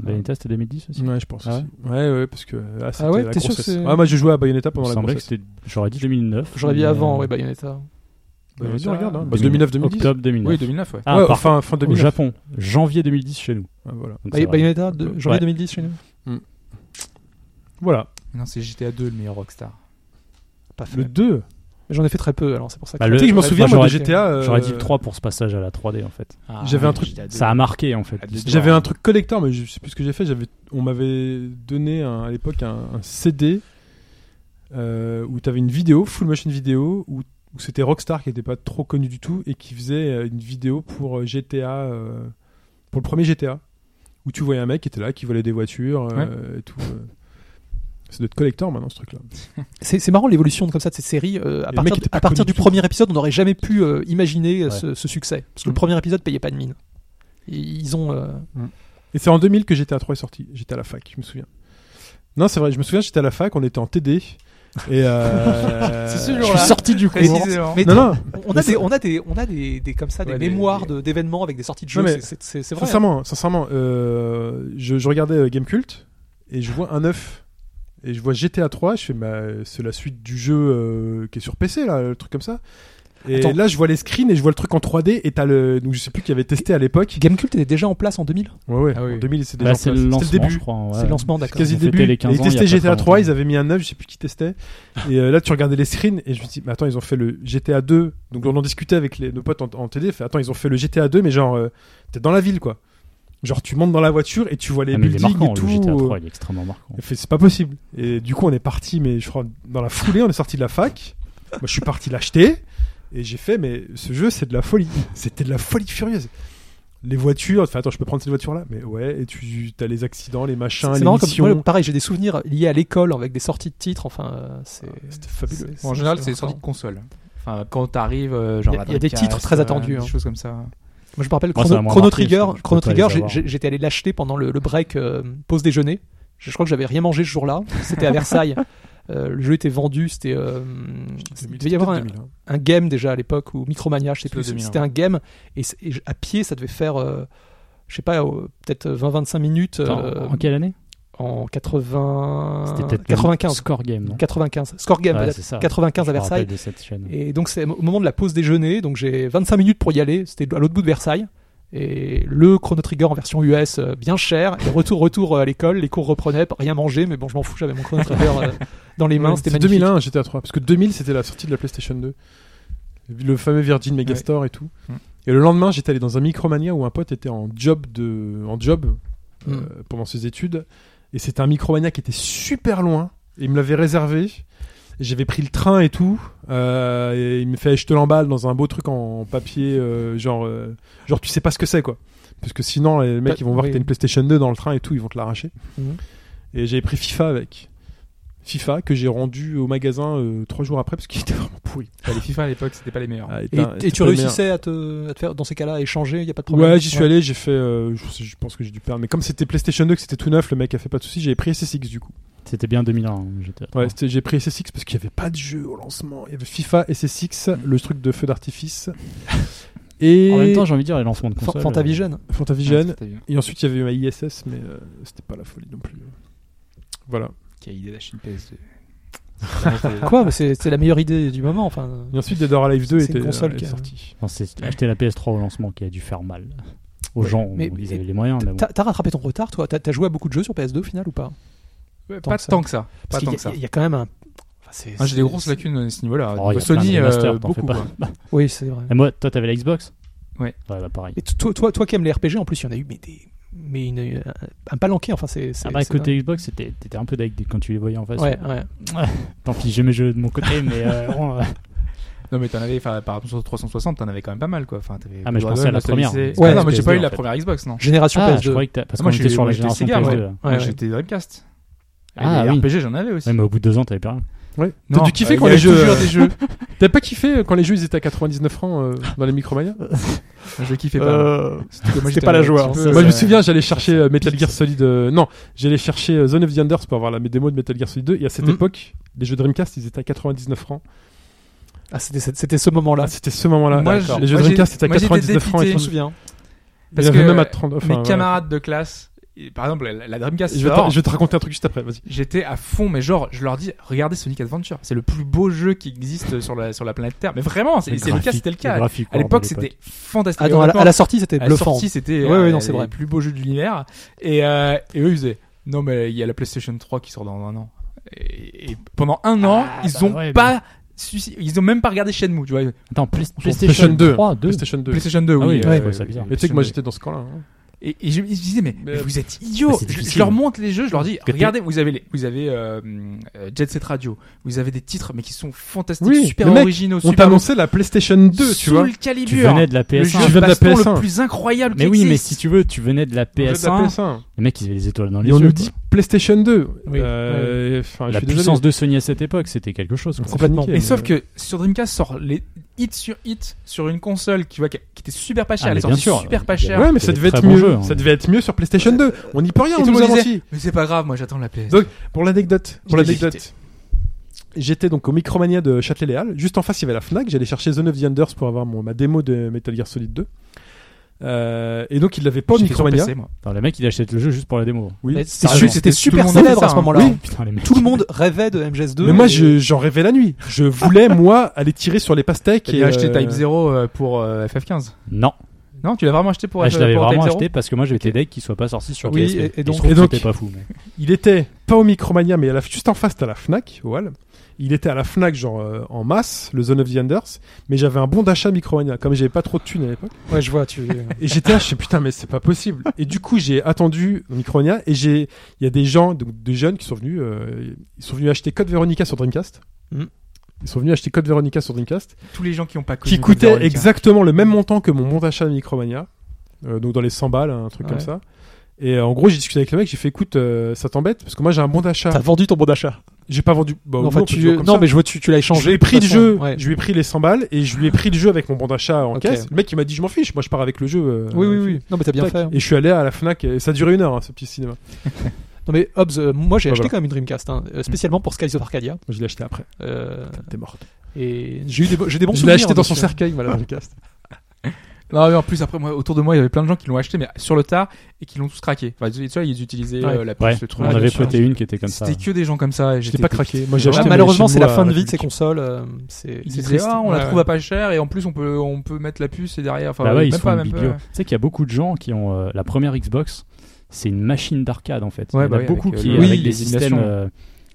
[SPEAKER 3] Bayonetta, c'était 2010 aussi
[SPEAKER 1] Ouais, je pense.
[SPEAKER 3] Ah
[SPEAKER 1] aussi. ouais, ouais, parce que. ah, c'était
[SPEAKER 4] ouais,
[SPEAKER 1] la
[SPEAKER 4] t'es sûr que
[SPEAKER 1] grossesse.
[SPEAKER 4] c'est-
[SPEAKER 1] Ah, moi, j'ai joué à Bayonetta
[SPEAKER 3] Il me
[SPEAKER 1] pendant la
[SPEAKER 3] semblait que
[SPEAKER 1] grossesse.
[SPEAKER 3] c'était. J'aurais dit 2009.
[SPEAKER 4] J'aurais dit
[SPEAKER 3] mais,
[SPEAKER 4] avant,
[SPEAKER 3] euh,
[SPEAKER 4] ouais, Bayonetta.
[SPEAKER 1] Bah, vas-y,
[SPEAKER 2] Bayonetta.
[SPEAKER 1] regarde. Hein.
[SPEAKER 2] Bah,
[SPEAKER 1] 2009, 2010.
[SPEAKER 3] Octobre 2009.
[SPEAKER 2] Oui, 2009, ouais.
[SPEAKER 3] Ah,
[SPEAKER 1] ouais,
[SPEAKER 3] par
[SPEAKER 1] enfin, fin
[SPEAKER 3] au
[SPEAKER 1] 2009.
[SPEAKER 3] Japon, janvier 2010 chez nous.
[SPEAKER 1] Ah, voilà.
[SPEAKER 3] Donc, c'est
[SPEAKER 4] Bay-
[SPEAKER 3] vrai.
[SPEAKER 4] Bah, Bayonetta, de, janvier
[SPEAKER 3] Ouais.
[SPEAKER 4] 2010 chez nous.
[SPEAKER 1] Voilà.
[SPEAKER 2] Non, c'est GTA 2 le meilleur Rockstar.
[SPEAKER 4] Pas fait.
[SPEAKER 1] Le 2.
[SPEAKER 4] J'en ai fait très peu, alors c'est pour ça que.
[SPEAKER 3] Bah,
[SPEAKER 1] Tu
[SPEAKER 3] le-
[SPEAKER 1] sais que je m'en
[SPEAKER 3] Moi,
[SPEAKER 1] souviens, moi,
[SPEAKER 3] j'aurais-
[SPEAKER 1] de GTA. euh,
[SPEAKER 3] J'aurais dit le 3 pour ce passage à la 3D en fait.
[SPEAKER 1] J'avais un truc-
[SPEAKER 3] Ça a marqué en fait.
[SPEAKER 2] Ah,
[SPEAKER 3] l'histoire.
[SPEAKER 1] J'avais un truc collector, mais je sais plus ce que j'ai fait. J'avais, on m'avait donné un- à l'époque un, un CD euh, où tu avais une vidéo, full motion vidéo, où, où c'était Rockstar qui n'était pas trop connu du tout et qui faisait euh, une vidéo pour euh, GTA, euh, pour le premier GTA, où tu voyais un mec qui était là, qui volait des voitures euh, et tout. euh. C'est notre collector maintenant ce truc-là.
[SPEAKER 4] C'est c'est marrant l'évolution de- comme ça de cette série. euh, à
[SPEAKER 1] le mec
[SPEAKER 4] partir,
[SPEAKER 1] était pas
[SPEAKER 4] à partir
[SPEAKER 1] connu
[SPEAKER 4] du
[SPEAKER 1] du tout.
[SPEAKER 4] premier épisode, on n'aurait jamais pu euh, imaginer euh,
[SPEAKER 3] Ouais.
[SPEAKER 4] ce, ce succès. Parce que
[SPEAKER 1] Mm.
[SPEAKER 4] le premier épisode payait pas de mine. Ils ils ont. euh,
[SPEAKER 1] Et c'est en 2000 que GTA 3 est sorti. J'étais à la fac, je me souviens. Non, c'est vrai, je me souviens, j'étais à la fac, on était en TD. Et euh,
[SPEAKER 2] [LAUGHS] C'est ce
[SPEAKER 4] Je suis
[SPEAKER 2] jour-là.
[SPEAKER 4] sorti du cours.
[SPEAKER 2] Précisément.
[SPEAKER 4] Mais
[SPEAKER 1] Non, non,
[SPEAKER 4] on a des, on a des, on a des, des comme ça des
[SPEAKER 2] Ouais, des-
[SPEAKER 4] mémoires de- d'événements avec des sorties de jeux.
[SPEAKER 1] Non, mais
[SPEAKER 4] c'est- c'est- c'est c'est vrai.
[SPEAKER 1] Sincèrement, sincèrement euh, je, je regardais euh, Game Cult et je vois un 9 et je vois GTA 3, je fais bah, c'est la suite du jeu euh, qui est sur PC là, le truc comme ça. Et
[SPEAKER 4] Attends.
[SPEAKER 1] là je vois les screens et je vois le truc en 3D et t'as le donc je sais plus qui avait testé à l'époque.
[SPEAKER 4] Gamecult était déjà en place en 2000.
[SPEAKER 1] Ouais ouais,
[SPEAKER 2] Ah oui.
[SPEAKER 1] en 2000 c'est déjà
[SPEAKER 3] Bah,
[SPEAKER 1] en
[SPEAKER 3] c'est
[SPEAKER 1] place.
[SPEAKER 3] le lancement,
[SPEAKER 1] C'était le
[SPEAKER 3] je
[SPEAKER 1] début.
[SPEAKER 3] crois. ouais.
[SPEAKER 4] C'est le lancement,
[SPEAKER 1] C'est
[SPEAKER 4] d'accord.
[SPEAKER 1] quasi
[SPEAKER 3] Ils ont
[SPEAKER 1] le
[SPEAKER 3] fêté
[SPEAKER 1] début.
[SPEAKER 3] les 15
[SPEAKER 1] Et ils
[SPEAKER 3] ans, il y a
[SPEAKER 1] testaient
[SPEAKER 3] pas très
[SPEAKER 1] GTA 3,
[SPEAKER 3] longtemps.
[SPEAKER 1] ils avaient mis un 9, je sais plus qui testait. Et euh, là, tu regardais les screens et je me dis, mais attends, ils ont fait le GTA 2. Donc on en discutait avec les, nos potes en, en TD. Fait, attends, ils ont fait le GTA 2, mais genre, euh, t'es dans la ville, quoi. Genre, tu montes dans la voiture et tu vois les
[SPEAKER 3] Ah, mais il est
[SPEAKER 1] buildings
[SPEAKER 3] marquant,
[SPEAKER 1] et tout.
[SPEAKER 3] le GTA 3,
[SPEAKER 1] euh,
[SPEAKER 3] il est extrêmement marquant.
[SPEAKER 1] et fait, c'est pas possible. Et du coup, on est parti, mais je crois, dans la foulée, on est sorti de la fac. Moi, je suis parti l'acheter. Et j'ai fait, mais ce jeu, c'est de la folie. C'était de la folie furieuse. Les voitures, enfin attends, je peux prendre cette voiture-là, mais ouais, et tu as les accidents, les machins,
[SPEAKER 4] C'est
[SPEAKER 1] les
[SPEAKER 4] marrant comme
[SPEAKER 1] missions.
[SPEAKER 4] ouais, pareil, j'ai des souvenirs liés à l'école avec des sorties de titres. Enfin, euh, c'est.
[SPEAKER 1] C'était fabuleux.
[SPEAKER 4] c'est-
[SPEAKER 2] Bon, en général,
[SPEAKER 4] c'est
[SPEAKER 2] c'est les
[SPEAKER 4] marrant.
[SPEAKER 2] sorties de console. Enfin, quand t'arrives, euh, genre.
[SPEAKER 4] Il y a-
[SPEAKER 2] la
[SPEAKER 4] il y a des
[SPEAKER 2] Dreamcast,
[SPEAKER 4] titres très
[SPEAKER 2] euh,
[SPEAKER 4] attendus, hein.
[SPEAKER 2] Des choses comme ça.
[SPEAKER 4] Moi, je me rappelle
[SPEAKER 3] Moi, ça
[SPEAKER 4] Chrono,
[SPEAKER 3] m'a moins
[SPEAKER 4] Chrono
[SPEAKER 3] marqué, je
[SPEAKER 4] Trigger.
[SPEAKER 3] peux- je peux
[SPEAKER 4] Chrono
[SPEAKER 3] pas les
[SPEAKER 4] Trigger, j'ai-
[SPEAKER 3] avoir.
[SPEAKER 4] j'ai- j'étais allé l'acheter pendant le, le break euh, pause déjeuner. Je, je crois que j'avais rien mangé ce jour-là.
[SPEAKER 3] [LAUGHS]
[SPEAKER 4] C'était à Versailles. Euh, le jeu était vendu. C'était. euh, il devait y avoir un,
[SPEAKER 1] 2000, hein.
[SPEAKER 4] un game déjà à l'époque ou Micromania, je sais
[SPEAKER 2] C'était le
[SPEAKER 4] plus.
[SPEAKER 2] 2000,
[SPEAKER 4] C'était un game et, c- et à pied, ça devait faire. euh, je sais pas, euh, peut-être 20-25 minutes
[SPEAKER 3] Attends,
[SPEAKER 4] euh,
[SPEAKER 3] en quelle année
[SPEAKER 4] en 80...
[SPEAKER 3] C'était peut-être
[SPEAKER 4] 95.
[SPEAKER 3] Score Game, non
[SPEAKER 4] 95. Score game,
[SPEAKER 3] Ouais,
[SPEAKER 4] peut-être.
[SPEAKER 3] c'est ça.
[SPEAKER 4] 95 à
[SPEAKER 3] Je me rappelle
[SPEAKER 4] Versailles.
[SPEAKER 3] de cette chaîne.
[SPEAKER 4] Et donc c'est au moment de la pause déjeuner, donc j'ai 25 minutes pour y aller, c'était à l'autre bout de Versailles. Et le Chrono Trigger en version US, euh, bien cher. Et retour, retour euh, à l'école, les cours reprenaient, rien manger, mais bon, je m'en fous, j'avais mon Chrono Trigger [LAUGHS] euh, dans les mains,
[SPEAKER 1] Ouais,
[SPEAKER 4] c'était
[SPEAKER 1] c'est
[SPEAKER 4] magnifique.
[SPEAKER 1] 2001 GTA 3 parce que 2000 c'était la sortie de la PlayStation 2. Le fameux Virgin Megastore et tout.
[SPEAKER 2] Mm.
[SPEAKER 1] Et le lendemain, j'étais
[SPEAKER 4] Mm.
[SPEAKER 1] allé dans un Micromania où un pote était en job de en job euh, pendant ses études Et c'était un Micromania qui était super loin. Et il me l'avait réservé. Et J'avais pris le train et tout. Euh, et il me fait, je te l'emballe dans un beau truc en papier, euh, genre, euh, genre tu sais pas ce que c'est quoi. Parce que sinon, les mecs,
[SPEAKER 4] Pas-
[SPEAKER 1] ils vont voir
[SPEAKER 4] oui.
[SPEAKER 1] que t'as une PlayStation 2 dans le train et tout, ils vont te l'arracher.
[SPEAKER 4] Mhm.
[SPEAKER 1] Et j'avais pris FIFA avec. FIFA que j'ai rendu au magasin euh, trois jours après parce qu'il était vraiment pourri.
[SPEAKER 2] Ouais, les FIFA à l'époque, c'était pas les meilleurs.
[SPEAKER 1] Ah,
[SPEAKER 4] Et,
[SPEAKER 1] putain,
[SPEAKER 4] et tu
[SPEAKER 1] pas le meilleur.
[SPEAKER 4] réussissais à te, à te faire, dans ces cas-là, à échanger, il n'y a pas de problème
[SPEAKER 1] Ouais, j'y suis allé, j'ai fait. euh, je, sais- je pense que j'ai dû perdre. Mais comme c'était PlayStation 2, que c'était tout neuf, le mec a fait pas de soucis, j'avais pris SSX du coup.
[SPEAKER 3] C'était bien 2001. hein, j'étais à trois.
[SPEAKER 1] Ouais, c'était- j'ai pris SSX parce qu'il y avait pas de jeu au lancement. Il y avait FIFA, SSX, le truc de feu
[SPEAKER 2] [LAUGHS]
[SPEAKER 1] d'artifice. Et.
[SPEAKER 3] En même temps, j'ai envie de dire les lancements de consoles.
[SPEAKER 4] Fan- Fantavision.
[SPEAKER 1] euh. Fantavision.
[SPEAKER 2] Ouais, c'était bien.
[SPEAKER 1] Et ensuite, il y avait ma ISS, mais euh, c'était pas la folie non plus. Voilà.
[SPEAKER 2] Quelle idée d'acheter une PS2.
[SPEAKER 4] Quoi Mais c'est c'est la meilleure idée du moment. Enfin,
[SPEAKER 1] Et ensuite, Dead or Alive 2
[SPEAKER 4] C'est
[SPEAKER 1] était
[SPEAKER 4] une console
[SPEAKER 1] euh,
[SPEAKER 4] qui a-
[SPEAKER 1] sortie.
[SPEAKER 3] euh, non, c'est acheter la PS3 au lancement qui a dû faire mal aux
[SPEAKER 4] Ouais.
[SPEAKER 3] gens.
[SPEAKER 4] Mais-
[SPEAKER 3] ils
[SPEAKER 4] mais-
[SPEAKER 3] avaient les moyens. mais bon.
[SPEAKER 4] t'as t'as rattrapé ton retard, toi T'as t'as joué à beaucoup de jeux sur PS2 au final ou pas
[SPEAKER 2] Ouais,
[SPEAKER 4] Tant
[SPEAKER 2] pas
[SPEAKER 4] que ça.
[SPEAKER 2] tant que ça. Pas
[SPEAKER 4] Parce qu'il
[SPEAKER 2] tant
[SPEAKER 4] y a-
[SPEAKER 2] que ça.
[SPEAKER 4] Il y a quand même un. enfin, c'est-
[SPEAKER 2] Ah, J'ai des
[SPEAKER 4] c'est-
[SPEAKER 2] grosses lacunes à ce niveau-là.
[SPEAKER 3] Oh, il y a plein
[SPEAKER 2] Sony,
[SPEAKER 3] de
[SPEAKER 2] euh,
[SPEAKER 3] remasters, t'en fais
[SPEAKER 2] beaucoup.
[SPEAKER 3] pas.
[SPEAKER 2] quoi.
[SPEAKER 4] Oui, c'est vrai.
[SPEAKER 3] Et moi, toi, t'avais la Xbox
[SPEAKER 2] Ouais.
[SPEAKER 3] bah, pareil.
[SPEAKER 4] Et t- toi, toi, toi qui aimes les RPG, en plus, il y en a eu, mais des. Mais une, euh, un palanquin, enfin, c'est. c'est-
[SPEAKER 3] Ah bah,
[SPEAKER 4] c'est
[SPEAKER 3] côté Xbox, c'était- t'étais un peu deg dès- quand tu les voyais en face.
[SPEAKER 4] dingue. Ouais, ouais.
[SPEAKER 3] Tant pis, j'ai mes jeux de mon côté, mais euh, bon, euh,
[SPEAKER 2] Non, mais t'en avais, enfin, par rapport sur 360, t'en avais quand même pas mal, quoi. Enfin, t'avais
[SPEAKER 3] Ah, mais je
[SPEAKER 2] Bloodborne,
[SPEAKER 3] pensais à la
[SPEAKER 2] Lost
[SPEAKER 3] première.
[SPEAKER 2] Odyssey.
[SPEAKER 4] Ouais,
[SPEAKER 2] Ah, non, mais
[SPEAKER 3] PS2,
[SPEAKER 2] j'ai pas eu
[SPEAKER 3] en
[SPEAKER 2] la
[SPEAKER 3] fait.
[SPEAKER 2] première Xbox, non.
[SPEAKER 4] Génération
[SPEAKER 3] ah, je
[SPEAKER 4] PS2
[SPEAKER 3] croyais que t'as- parce
[SPEAKER 2] Ah, moi,
[SPEAKER 3] qu'on
[SPEAKER 2] je
[SPEAKER 3] était
[SPEAKER 2] suis-
[SPEAKER 3] sur la
[SPEAKER 2] moi, j'étais
[SPEAKER 3] génération
[SPEAKER 2] Sega,
[SPEAKER 3] PS2.
[SPEAKER 2] ouais.
[SPEAKER 3] là.
[SPEAKER 4] Ouais,
[SPEAKER 2] Moi,
[SPEAKER 4] ouais.
[SPEAKER 2] J'étais Dreamcast. Et
[SPEAKER 3] Ah,
[SPEAKER 2] les
[SPEAKER 3] oui.
[SPEAKER 2] RPG, j'en avais aussi.
[SPEAKER 3] Ouais, mais au bout de deux ans, t'avais plus rien.
[SPEAKER 1] T'as
[SPEAKER 2] Non,
[SPEAKER 1] dû kiffer
[SPEAKER 2] euh,
[SPEAKER 1] quand
[SPEAKER 2] il y
[SPEAKER 1] les
[SPEAKER 2] avait
[SPEAKER 1] jeux.
[SPEAKER 2] toujours
[SPEAKER 1] euh,
[SPEAKER 2] des jeux.
[SPEAKER 1] [LAUGHS] T'as pas kiffé euh, quand les jeux ils étaient à 99 francs euh, dans les Micromania
[SPEAKER 2] Je kiffais
[SPEAKER 4] Euh,
[SPEAKER 2] pas. Surtout que moi,
[SPEAKER 4] c'était
[SPEAKER 2] j'étais
[SPEAKER 4] pas la
[SPEAKER 2] un petit
[SPEAKER 4] joie, hein.
[SPEAKER 2] peu,
[SPEAKER 4] Ça,
[SPEAKER 1] Moi, je me
[SPEAKER 2] euh,
[SPEAKER 1] souviens, j'allais chercher euh, Metal Gear Solid. euh, non, j'allais chercher euh, Zone of the Enders pour avoir la mes démos de Metal Gear Solid 2. Et à cette
[SPEAKER 4] Mm.
[SPEAKER 2] Mhm.
[SPEAKER 1] époque, les jeux Dreamcast, ils étaient à 99 francs.
[SPEAKER 4] Ah, c'était- c'était ce moment-là.
[SPEAKER 1] Ah, c'était ce moment-là.
[SPEAKER 2] Moi,
[SPEAKER 1] D'accord.
[SPEAKER 2] je-
[SPEAKER 1] les jeux
[SPEAKER 2] moi, j'ai-
[SPEAKER 1] Dreamcast, c'était à
[SPEAKER 2] moi, j'étais
[SPEAKER 1] 99 francs. Et
[SPEAKER 2] dépité.
[SPEAKER 4] Je
[SPEAKER 1] tout.
[SPEAKER 4] me
[SPEAKER 1] Il
[SPEAKER 4] souviens.
[SPEAKER 1] y
[SPEAKER 2] Parce
[SPEAKER 1] en avait
[SPEAKER 2] que
[SPEAKER 1] même à 30. Enfin,
[SPEAKER 2] mes
[SPEAKER 1] voilà.
[SPEAKER 2] camarades de classe, et par exemple, la, la Dreamcast,
[SPEAKER 1] Je vais,
[SPEAKER 2] sort,
[SPEAKER 1] te, je vais te raconter un truc juste après, vas-y.
[SPEAKER 2] j'étais à fond, mais genre, je leur dis, regardez Sonic Adventure, c'est le plus beau jeu qui existe sur la, sur la planète Terre. Mais vraiment, c'est c'est le cas, c'était le cas. À l'époque, c'était fantastique.
[SPEAKER 4] Ah, non, à, la,
[SPEAKER 2] Honnêtement,
[SPEAKER 4] à la sortie, c'était
[SPEAKER 2] à la
[SPEAKER 4] bluffant.
[SPEAKER 2] sortie, c'était
[SPEAKER 4] Ouais, ouais,
[SPEAKER 2] euh,
[SPEAKER 4] non, c'est vrai.
[SPEAKER 2] les plus beaux jeux de l'univers. Et, euh, et eux, ils faisaient, non, mais il y a la PlayStation 3 qui sort dans un an. Et, et pendant un an,
[SPEAKER 3] Ah,
[SPEAKER 2] ils
[SPEAKER 3] bah
[SPEAKER 2] ont
[SPEAKER 3] ouais,
[SPEAKER 2] pas, suici- ils ont même pas regardé Shenmue, tu vois.
[SPEAKER 3] Attends, Pla-
[SPEAKER 1] PlayStation
[SPEAKER 3] PlayStation
[SPEAKER 1] 2.
[SPEAKER 3] 3, 2.
[SPEAKER 1] PlayStation 2.
[SPEAKER 2] PlayStation 2,
[SPEAKER 3] Ah
[SPEAKER 2] oui. euh,
[SPEAKER 3] oui, ouais, ouais, c'est bizarre.
[SPEAKER 1] Et hein. tu sais que moi j'étais dans ce camp-là. hein.
[SPEAKER 2] Et, et je, je disais, mais, mais
[SPEAKER 1] Mais- euh,
[SPEAKER 2] vous êtes idiots.
[SPEAKER 3] c'est
[SPEAKER 2] Je, je
[SPEAKER 3] difficile.
[SPEAKER 2] leur montre les jeux, je leur dis,
[SPEAKER 3] que t'es-
[SPEAKER 2] regardez, vous avez, les, vous avez euh, euh, Jet Set Radio, vous avez des titres, mais qui sont fantastiques,
[SPEAKER 1] Oui,
[SPEAKER 2] super
[SPEAKER 1] le mec,
[SPEAKER 2] originaux,
[SPEAKER 1] On
[SPEAKER 2] super
[SPEAKER 1] t'annonçait la PlayStation 2, tu
[SPEAKER 2] Soul
[SPEAKER 1] vois.
[SPEAKER 2] Calibur,
[SPEAKER 3] Tu venais de la
[SPEAKER 2] le
[SPEAKER 3] PS1.
[SPEAKER 2] jeu
[SPEAKER 1] Tu
[SPEAKER 2] de
[SPEAKER 1] venais de la
[SPEAKER 2] baston
[SPEAKER 1] PS1.
[SPEAKER 2] le plus incroyable
[SPEAKER 3] Mais
[SPEAKER 2] qui
[SPEAKER 3] oui, mais
[SPEAKER 2] existe.
[SPEAKER 3] si tu veux, tu venais de la
[SPEAKER 1] La
[SPEAKER 3] PS1.
[SPEAKER 1] PS1.
[SPEAKER 3] Les mecs, ils avaient les étoiles dans les
[SPEAKER 1] Et
[SPEAKER 3] yeux.
[SPEAKER 1] on nous
[SPEAKER 3] quoi.
[SPEAKER 1] dit PlayStation 2.
[SPEAKER 4] Oui.
[SPEAKER 1] Euh, enfin, je
[SPEAKER 3] La
[SPEAKER 1] suis désolé.
[SPEAKER 3] puissance de Sony à cette époque, c'était quelque chose. quoi.
[SPEAKER 1] C'est pas niqué,
[SPEAKER 4] Et
[SPEAKER 1] mais-
[SPEAKER 2] Et sauf que sur Dreamcast sort les hits sur hits sur une console qui, tu vois, qui qui était super pas chère,
[SPEAKER 3] Ah,
[SPEAKER 2] elle
[SPEAKER 3] mais
[SPEAKER 2] est
[SPEAKER 3] bien
[SPEAKER 2] sortie
[SPEAKER 3] sûr.
[SPEAKER 2] super pas
[SPEAKER 3] Il y avait-
[SPEAKER 2] chère.
[SPEAKER 1] Ouais, mais
[SPEAKER 3] C'était
[SPEAKER 1] ça
[SPEAKER 3] des
[SPEAKER 1] devait
[SPEAKER 3] très
[SPEAKER 1] être
[SPEAKER 3] bons
[SPEAKER 1] mieux.
[SPEAKER 3] jeux, hein.
[SPEAKER 1] ça devait être mieux sur PlayStation 2. On n'y peut rien,
[SPEAKER 2] Et
[SPEAKER 1] on
[SPEAKER 2] tout le
[SPEAKER 1] nous a
[SPEAKER 2] monde
[SPEAKER 1] menti.
[SPEAKER 2] Mais c'est pas grave, moi j'attends la PS.
[SPEAKER 1] Donc, Pour l'anecdote, pour
[SPEAKER 2] J'ai
[SPEAKER 1] l'anecdote. J'étais donc au Micromania de Châtelet-Léal. Juste en face, il y avait la Fnac. J'allais chercher Zone of the Enders pour avoir mon, ma démo de Metal Gear Solid 2. Euh, et donc, il l'avait pas au
[SPEAKER 2] J'étais sur
[SPEAKER 1] Micromania.
[SPEAKER 2] PC, moi.
[SPEAKER 3] Attends, le mec, il achète le jeu juste pour la démo.
[SPEAKER 1] Oui.
[SPEAKER 4] Mais
[SPEAKER 3] Ah,
[SPEAKER 4] C'était
[SPEAKER 3] non,
[SPEAKER 4] su- c'était
[SPEAKER 2] c'était- tout
[SPEAKER 4] super
[SPEAKER 2] le monde
[SPEAKER 4] célèbre
[SPEAKER 2] faisait
[SPEAKER 4] à
[SPEAKER 2] ça,
[SPEAKER 4] ce
[SPEAKER 2] hein.
[SPEAKER 4] moment-là.
[SPEAKER 1] Oui.
[SPEAKER 3] Putain, les mecs.
[SPEAKER 4] Tout le monde rêvait de MGS2.
[SPEAKER 1] Mais moi,
[SPEAKER 4] et-
[SPEAKER 1] je- j'en rêvais la nuit.
[SPEAKER 2] [LAUGHS]
[SPEAKER 1] Je voulais, moi, aller tirer sur les pastèques.
[SPEAKER 2] J'ai
[SPEAKER 1] et,
[SPEAKER 2] acheté
[SPEAKER 1] euh,
[SPEAKER 2] Type 0 pour euh, FF15.
[SPEAKER 3] Non.
[SPEAKER 2] Non, tu l'as vraiment acheté pour
[SPEAKER 3] Ah,
[SPEAKER 2] F-
[SPEAKER 3] je l'avais
[SPEAKER 2] pour
[SPEAKER 3] vraiment
[SPEAKER 2] Type 0?
[SPEAKER 3] acheté parce que moi, j'étais deck qu'il soit pas sorti sur
[SPEAKER 4] Oui,
[SPEAKER 3] PSP.
[SPEAKER 4] et- et donc-
[SPEAKER 3] je trouve
[SPEAKER 1] et
[SPEAKER 3] que
[SPEAKER 1] donc-
[SPEAKER 3] c'était pas fou. mais-
[SPEAKER 1] Il était pas au Micromania, mais à la- juste en face, à la Fnac, au Hall. Il était à la Fnac, genre euh, en masse, le Zone of the Enders. Mais j'avais un bon d'achat Micromania, comme j'avais pas trop de thunes à l'époque.
[SPEAKER 4] Ouais, je vois, tu. [LAUGHS]
[SPEAKER 1] Et j'étais là, je sais putain, mais c'est pas possible. Et du coup, j'ai attendu au Micromania et j'ai, il y a des gens, donc des jeunes qui sont venus, euh, ils sont venus acheter Code Veronica sur Dreamcast.
[SPEAKER 4] Mhm.
[SPEAKER 1] Ils sont venus acheter Code Veronica sur Dreamcast.
[SPEAKER 2] Tous les gens qui ont pas connu
[SPEAKER 1] qui
[SPEAKER 2] Code
[SPEAKER 1] coûtait
[SPEAKER 2] Veronica.
[SPEAKER 1] exactement le même montant que mon bon d'achat de Micromania, euh, donc dans les 100 balles, un truc
[SPEAKER 4] Ouais.
[SPEAKER 1] comme ça. Et euh, en gros, j'ai discuté avec le mec, j'ai fait écoute, euh, ça t'embête parce que moi j'ai un bon d'achat,
[SPEAKER 4] T'as vendu ton bon d'achat.
[SPEAKER 1] j'ai pas vendu. Bah,
[SPEAKER 4] Non,
[SPEAKER 1] au
[SPEAKER 4] enfin,
[SPEAKER 1] moins, on peut dire
[SPEAKER 4] tu...
[SPEAKER 1] comme
[SPEAKER 4] non
[SPEAKER 1] ça.
[SPEAKER 4] mais je vois, tu, tu l'as échangé.
[SPEAKER 1] je lui ai
[SPEAKER 4] de
[SPEAKER 1] pris
[SPEAKER 4] toute
[SPEAKER 1] le
[SPEAKER 4] façon.
[SPEAKER 1] jeu,
[SPEAKER 4] Ouais.
[SPEAKER 1] je lui ai pris les 100 balles et je lui ai pris le jeu avec mon bon d'achat en
[SPEAKER 4] Ok.
[SPEAKER 1] caisse. Le mec il m'a dit je m'en fiche, moi je pars avec le jeu. euh,
[SPEAKER 4] Oui, oui,
[SPEAKER 1] euh,
[SPEAKER 4] oui. Non, mais t'as bien
[SPEAKER 1] tac.
[SPEAKER 4] fait. hein.
[SPEAKER 1] Et je suis allé à la Fnac et ça a duré une heure hein, ce petit cinéma. Moi
[SPEAKER 4] Non, mais Hobbs, euh, moi j'ai
[SPEAKER 1] Ah,
[SPEAKER 4] acheté
[SPEAKER 1] voilà.
[SPEAKER 4] quand même une Dreamcast, hein, euh, spécialement pour Skies of Arcadia.
[SPEAKER 1] je l'ai acheté après.
[SPEAKER 4] Euh,
[SPEAKER 1] T'es morte.
[SPEAKER 4] et j'ai eu des, bo- j'ai des bons
[SPEAKER 1] Je l'ai
[SPEAKER 4] souvenirs. Ah,
[SPEAKER 1] acheté dans
[SPEAKER 4] hein,
[SPEAKER 1] son
[SPEAKER 4] dessus.
[SPEAKER 1] cercueil, voilà, Dreamcast.
[SPEAKER 2] Non, mais en plus, après, moi, autour de moi, il y avait plein de gens qui l'ont acheté, mais sur le tard, et qui l'ont tous craqué. Enfin, tu tu vois, ils utilisaient euh,
[SPEAKER 4] Ouais.
[SPEAKER 2] la puce,
[SPEAKER 3] Ouais,
[SPEAKER 2] le truc.
[SPEAKER 3] on
[SPEAKER 4] bien
[SPEAKER 3] avait
[SPEAKER 4] sûr.
[SPEAKER 3] prêté une qui était comme ça.
[SPEAKER 2] C'était que des gens comme ça. et
[SPEAKER 1] J'étais pas craqué. Moi j'ai
[SPEAKER 2] Ah,
[SPEAKER 1] acheté.
[SPEAKER 4] Ah,
[SPEAKER 1] mes
[SPEAKER 4] malheureusement, c'est la
[SPEAKER 1] Shenmue à
[SPEAKER 4] fin de vie de ces
[SPEAKER 1] République.
[SPEAKER 4] consoles. euh, c'est
[SPEAKER 2] Ils
[SPEAKER 4] c'est
[SPEAKER 2] disaient,
[SPEAKER 4] triste.
[SPEAKER 2] ah, on la
[SPEAKER 4] Ouais,
[SPEAKER 2] trouve
[SPEAKER 4] ouais.
[SPEAKER 2] à pas cher, et en plus, on peut, on peut mettre la puce et derrière. Enfin,
[SPEAKER 3] Bah ouais, ils
[SPEAKER 2] même
[SPEAKER 3] se font
[SPEAKER 2] pas,
[SPEAKER 3] une
[SPEAKER 2] même pas.
[SPEAKER 3] biblio. Tu sais qu'il y a beaucoup de gens qui ont euh, la première Xbox, c'est une machine d'arcade en fait.
[SPEAKER 2] Ouais,
[SPEAKER 3] Il y en
[SPEAKER 2] bah
[SPEAKER 3] a
[SPEAKER 2] oui,
[SPEAKER 3] beaucoup
[SPEAKER 2] avec,
[SPEAKER 3] qui
[SPEAKER 2] euh,
[SPEAKER 3] euh,
[SPEAKER 2] oui,
[SPEAKER 3] avec
[SPEAKER 2] les
[SPEAKER 3] des systèmes.
[SPEAKER 2] simulations.
[SPEAKER 3] euh,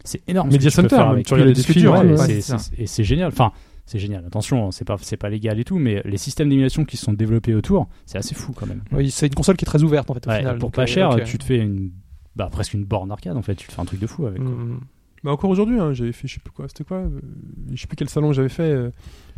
[SPEAKER 3] c'est énorme. ce
[SPEAKER 1] Media
[SPEAKER 3] que tu peux
[SPEAKER 1] Center,
[SPEAKER 3] faire
[SPEAKER 1] même,
[SPEAKER 3] avec
[SPEAKER 1] tu regardes
[SPEAKER 3] les
[SPEAKER 1] des
[SPEAKER 3] disques
[SPEAKER 1] films,
[SPEAKER 3] durs,
[SPEAKER 2] ouais,
[SPEAKER 3] et
[SPEAKER 2] ouais,
[SPEAKER 3] c'est-
[SPEAKER 2] c'est ça.
[SPEAKER 3] c'est- Et c'est génial. Enfin, c'est génial. Attention, hein, c'est pas, c'est pas légal et tout, mais les systèmes d'émulation qui sont développés autour, c'est assez fou quand même.
[SPEAKER 4] Oui, c'est une console qui est très ouverte en fait au
[SPEAKER 3] Ouais,
[SPEAKER 4] final.
[SPEAKER 3] pour
[SPEAKER 4] donc,
[SPEAKER 3] pas
[SPEAKER 4] euh,
[SPEAKER 3] cher,
[SPEAKER 4] ok.
[SPEAKER 3] tu te fais une bah, presque une borne arcade en fait. Tu te fais un truc de fou avec. quoi.
[SPEAKER 4] Mm.
[SPEAKER 1] Bah encore aujourd'hui, hein, j'avais fait, je sais plus quoi, c'était quoi, euh, je sais plus quel salon j'avais fait. euh,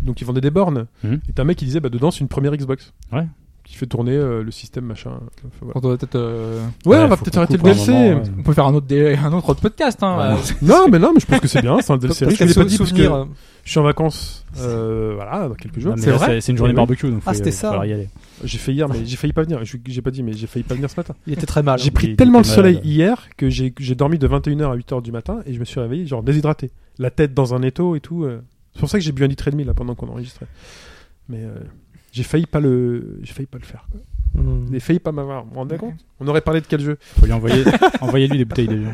[SPEAKER 1] donc ils vendaient des bornes.
[SPEAKER 3] Mhm.
[SPEAKER 1] Et t'as un mec qui disait, bah dedans c'est une première Xbox.
[SPEAKER 3] Ouais.
[SPEAKER 1] Qui fait tourner euh, le système machin. Enfin, [LAUGHS] voilà.
[SPEAKER 2] On doit peut-être, euh,
[SPEAKER 1] Ouais, on va
[SPEAKER 3] faut
[SPEAKER 1] peut-être
[SPEAKER 3] qu'on
[SPEAKER 1] arrêter le
[SPEAKER 3] coupe un
[SPEAKER 1] DLC.
[SPEAKER 3] moment, ouais.
[SPEAKER 2] on peut faire un autre, dé- un autre podcast. Hein,
[SPEAKER 3] Ouais.
[SPEAKER 2] euh,
[SPEAKER 1] Non, mais non, mais je pense que c'est bien, c'est un DLC.
[SPEAKER 4] Parce
[SPEAKER 1] Je l'ai
[SPEAKER 4] qu'elle
[SPEAKER 1] pas
[SPEAKER 4] se
[SPEAKER 1] dit parce que
[SPEAKER 4] souvenir, euh,
[SPEAKER 1] je suis en vacances. euh, voilà, dans quelques jours.
[SPEAKER 3] Non, mais
[SPEAKER 2] C'est
[SPEAKER 3] là,
[SPEAKER 2] vrai
[SPEAKER 3] C'est une journée
[SPEAKER 1] Oui.
[SPEAKER 3] barbecue, donc
[SPEAKER 4] Ah,
[SPEAKER 3] faut y-
[SPEAKER 4] c'était
[SPEAKER 3] faut
[SPEAKER 4] ça.
[SPEAKER 3] falloir y aller.
[SPEAKER 1] J'ai fait hier, mais j'ai failli pas venir. Je- J'ai pas dit, mais j'ai failli pas venir ce matin.
[SPEAKER 4] il était très mal.
[SPEAKER 1] J'ai
[SPEAKER 4] hein.
[SPEAKER 1] pris
[SPEAKER 3] Ah il
[SPEAKER 1] tellement le
[SPEAKER 3] était
[SPEAKER 1] soleil
[SPEAKER 3] malade.
[SPEAKER 1] hier que j'ai j'ai dormi de 21h à 8h du matin et je me suis réveillé genre déshydraté. La tête dans un étau et tout. euh. C'est pour ça que j'ai bu un litre et demi là pendant qu'on enregistrait. Mais euh, j'ai failli pas le j'ai failli pas le faire. quoi.
[SPEAKER 4] Mm.
[SPEAKER 1] J'ai failli pas m'avoir. Vous vous rendez compte On aurait parlé de quel jeu
[SPEAKER 3] Faut
[SPEAKER 1] [LAUGHS]
[SPEAKER 3] lui envoyer, envoyer lui des bouteilles de vin.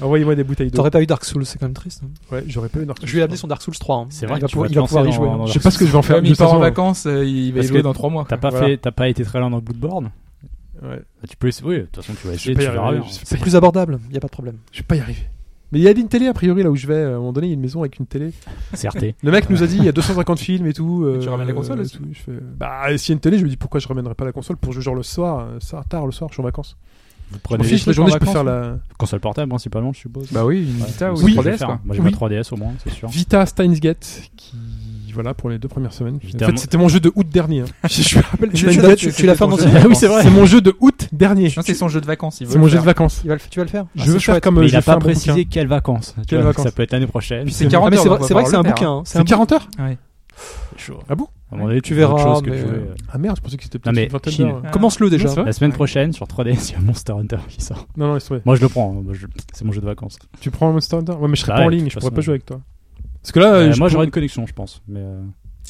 [SPEAKER 1] Envoyez-moi des bouteilles d'eau.
[SPEAKER 4] T'aurais pas eu Dark Souls, c'est quand même triste. hein.
[SPEAKER 1] Ouais, j'aurais pas eu d'article.
[SPEAKER 4] Je lui ai amené son Dark Souls 3. hein.
[SPEAKER 3] C'est vrai
[SPEAKER 4] il va
[SPEAKER 3] que tu
[SPEAKER 4] pouvoir,
[SPEAKER 3] vas
[SPEAKER 4] il va
[SPEAKER 3] te
[SPEAKER 4] pouvoir y
[SPEAKER 3] lancer
[SPEAKER 4] jouer. hein.
[SPEAKER 3] dans- dans
[SPEAKER 1] Je
[SPEAKER 3] Dark
[SPEAKER 1] sais pas ce que je vais en faire.
[SPEAKER 2] Comme
[SPEAKER 1] de
[SPEAKER 2] il
[SPEAKER 1] toute
[SPEAKER 2] part en
[SPEAKER 1] façon,
[SPEAKER 2] vacances, euh, il va y
[SPEAKER 3] Parce
[SPEAKER 2] jouer
[SPEAKER 3] que
[SPEAKER 2] dans 3 mois.
[SPEAKER 3] T'as
[SPEAKER 2] quoi.
[SPEAKER 3] pas
[SPEAKER 1] Voilà.
[SPEAKER 3] fait, t'as pas été très loin dans le Bloodborne.
[SPEAKER 1] ouais,
[SPEAKER 3] Bah, tu peux essayer. Oui, de toute façon, tu vas
[SPEAKER 1] je vais
[SPEAKER 3] essayer.
[SPEAKER 1] pas y
[SPEAKER 3] Tu verras
[SPEAKER 1] arriver.
[SPEAKER 3] bien.
[SPEAKER 1] Je vais pas
[SPEAKER 4] C'est
[SPEAKER 1] y-
[SPEAKER 4] plus abordable, il n'y a pas de problème.
[SPEAKER 1] Je vais pas y arriver. Mais il y a une télé a priori là où je vais. euh, À un moment donné, il y a une maison avec une télé. [LAUGHS]
[SPEAKER 3] C'est RT.
[SPEAKER 1] Le mec nous a dit il y a 250 films et tout. euh,
[SPEAKER 2] Et tu ramènes la console
[SPEAKER 1] et
[SPEAKER 2] aussi
[SPEAKER 1] tout. Je fais, bah s'il y a une télé, je me dis pourquoi je ramènerais pas la console pour jouer genre le soir, euh, ça tard le soir, je suis en vacances.
[SPEAKER 3] Vous
[SPEAKER 1] Je
[SPEAKER 3] prenez
[SPEAKER 1] m'en
[SPEAKER 2] les
[SPEAKER 1] fiche, la
[SPEAKER 2] trucs en
[SPEAKER 1] journée, je peux
[SPEAKER 2] vacances,
[SPEAKER 1] faire la
[SPEAKER 3] console portable principalement, je suppose.
[SPEAKER 2] Bah oui, une Vita
[SPEAKER 3] Ouais, c'est
[SPEAKER 2] ou
[SPEAKER 3] ce
[SPEAKER 2] une
[SPEAKER 3] que je vais
[SPEAKER 2] 3DS.
[SPEAKER 3] faire.
[SPEAKER 2] quoi.
[SPEAKER 3] Moi j'ai
[SPEAKER 1] Oui.
[SPEAKER 3] pas 3DS au moins, c'est sûr.
[SPEAKER 1] Vita Steins Gate qui voilà pour les deux premières semaines.
[SPEAKER 3] Vita,
[SPEAKER 1] en fait,
[SPEAKER 3] moi-
[SPEAKER 1] c'était mon jeu de août
[SPEAKER 3] [LAUGHS]
[SPEAKER 1] dernier. hein. je je me rappelle,
[SPEAKER 4] Tu
[SPEAKER 1] je
[SPEAKER 4] l'as-
[SPEAKER 1] me
[SPEAKER 4] tu
[SPEAKER 1] rappelle-
[SPEAKER 4] l'as-
[SPEAKER 2] c'était
[SPEAKER 4] tu l'as fait en
[SPEAKER 2] ton
[SPEAKER 4] entier.
[SPEAKER 2] jeu.
[SPEAKER 3] Ah oui, c'est vrai.
[SPEAKER 1] c'est mon jeu de août dernier.
[SPEAKER 2] Non, Ah, c'est son jeu de vacances. il veut
[SPEAKER 1] C'est mon
[SPEAKER 2] le
[SPEAKER 1] jeu de
[SPEAKER 2] faire.
[SPEAKER 1] vacances.
[SPEAKER 4] Il va le- Tu vas le faire
[SPEAKER 1] Je veux faire comme euh,
[SPEAKER 3] Ah, Mais il
[SPEAKER 1] j'ai
[SPEAKER 3] a
[SPEAKER 1] fait un
[SPEAKER 3] pas
[SPEAKER 1] bon bouquin.
[SPEAKER 3] précisé quelles vacances. tu
[SPEAKER 1] Quelles
[SPEAKER 3] vois, donc
[SPEAKER 1] vacances
[SPEAKER 3] Ça peut être l'année prochaine.
[SPEAKER 2] Puis c'est
[SPEAKER 4] Ah,
[SPEAKER 2] 40
[SPEAKER 4] mais
[SPEAKER 2] heures,
[SPEAKER 4] c'est
[SPEAKER 2] donc
[SPEAKER 4] vrai,
[SPEAKER 2] on va
[SPEAKER 4] c'est vrai
[SPEAKER 2] pas
[SPEAKER 4] que c'est un
[SPEAKER 2] le faire,
[SPEAKER 4] bouquin. hein.
[SPEAKER 1] C'est 40 heures
[SPEAKER 3] chaud.
[SPEAKER 1] Ah bon
[SPEAKER 3] À un moment donné,
[SPEAKER 4] Tu
[SPEAKER 3] tu verras
[SPEAKER 4] verras,
[SPEAKER 3] autre chose que
[SPEAKER 4] mais-
[SPEAKER 3] de jouer.
[SPEAKER 1] Ah merde, je pensais que c'était
[SPEAKER 3] Non,
[SPEAKER 1] peut-être
[SPEAKER 3] mais
[SPEAKER 1] une vingtaine
[SPEAKER 3] chill.
[SPEAKER 1] d'heures.
[SPEAKER 2] Ouais.
[SPEAKER 4] Commence-le déjà.
[SPEAKER 1] Non, c'est vrai
[SPEAKER 3] La semaine prochaine, sur 3DS, il y a Monster Hunter qui sort.
[SPEAKER 1] Non non, laisse tomber.
[SPEAKER 3] Moi je le prends, hein. Moi, je- c'est mon jeu de vacances.
[SPEAKER 1] Tu prends Monster Hunter Ouais, mais je serais
[SPEAKER 3] Bah
[SPEAKER 1] pas en
[SPEAKER 3] ouais, de
[SPEAKER 1] ligne,
[SPEAKER 3] toute
[SPEAKER 1] je pourrais pas
[SPEAKER 3] façon.
[SPEAKER 1] jouer avec toi. Parce que là, euh,
[SPEAKER 3] Euh,
[SPEAKER 1] je
[SPEAKER 3] moi
[SPEAKER 1] peux-
[SPEAKER 3] j'aurais une connexion, je pense. Mais, euh,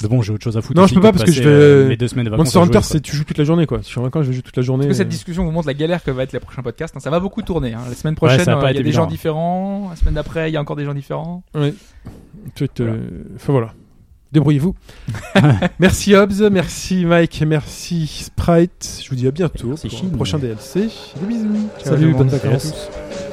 [SPEAKER 3] mais bon, j'ai autre chose à foutre.
[SPEAKER 1] Non,
[SPEAKER 3] aussi
[SPEAKER 1] je peux pas
[SPEAKER 3] que de
[SPEAKER 1] parce que je
[SPEAKER 3] passer,
[SPEAKER 1] vais-
[SPEAKER 3] euh, mes deux semaines de vacances.
[SPEAKER 1] Monster
[SPEAKER 3] à
[SPEAKER 1] Hunter,
[SPEAKER 3] jouer,
[SPEAKER 1] c'est tu joues toute la journée quoi. Je suis en vacances, je joue toute la journée.
[SPEAKER 2] Parce que cette
[SPEAKER 1] euh.
[SPEAKER 2] discussion vous montre la galère que va être le prochain podcast. hein. Ça va beaucoup tourner. hein. La semaine prochaine,
[SPEAKER 3] Ouais, ça
[SPEAKER 2] euh,
[SPEAKER 3] va
[SPEAKER 2] il
[SPEAKER 3] pas
[SPEAKER 2] y a
[SPEAKER 3] être
[SPEAKER 2] des
[SPEAKER 3] évident,
[SPEAKER 2] gens
[SPEAKER 3] hein.
[SPEAKER 2] différents. La semaine d'après, il y a encore des gens différents.
[SPEAKER 1] Ouais. Tu te- euh, Enfin voilà.
[SPEAKER 3] [LAUGHS]
[SPEAKER 1] Débrouillez-vous. merci Hobbs, merci Mike, merci Sprite. Je vous dis à bientôt
[SPEAKER 3] Merci
[SPEAKER 1] pour
[SPEAKER 3] Chine.
[SPEAKER 1] un prochain DLC. Des bisous.
[SPEAKER 4] Salut, bonnes
[SPEAKER 3] vacances.
[SPEAKER 4] vacances.
[SPEAKER 1] vacances.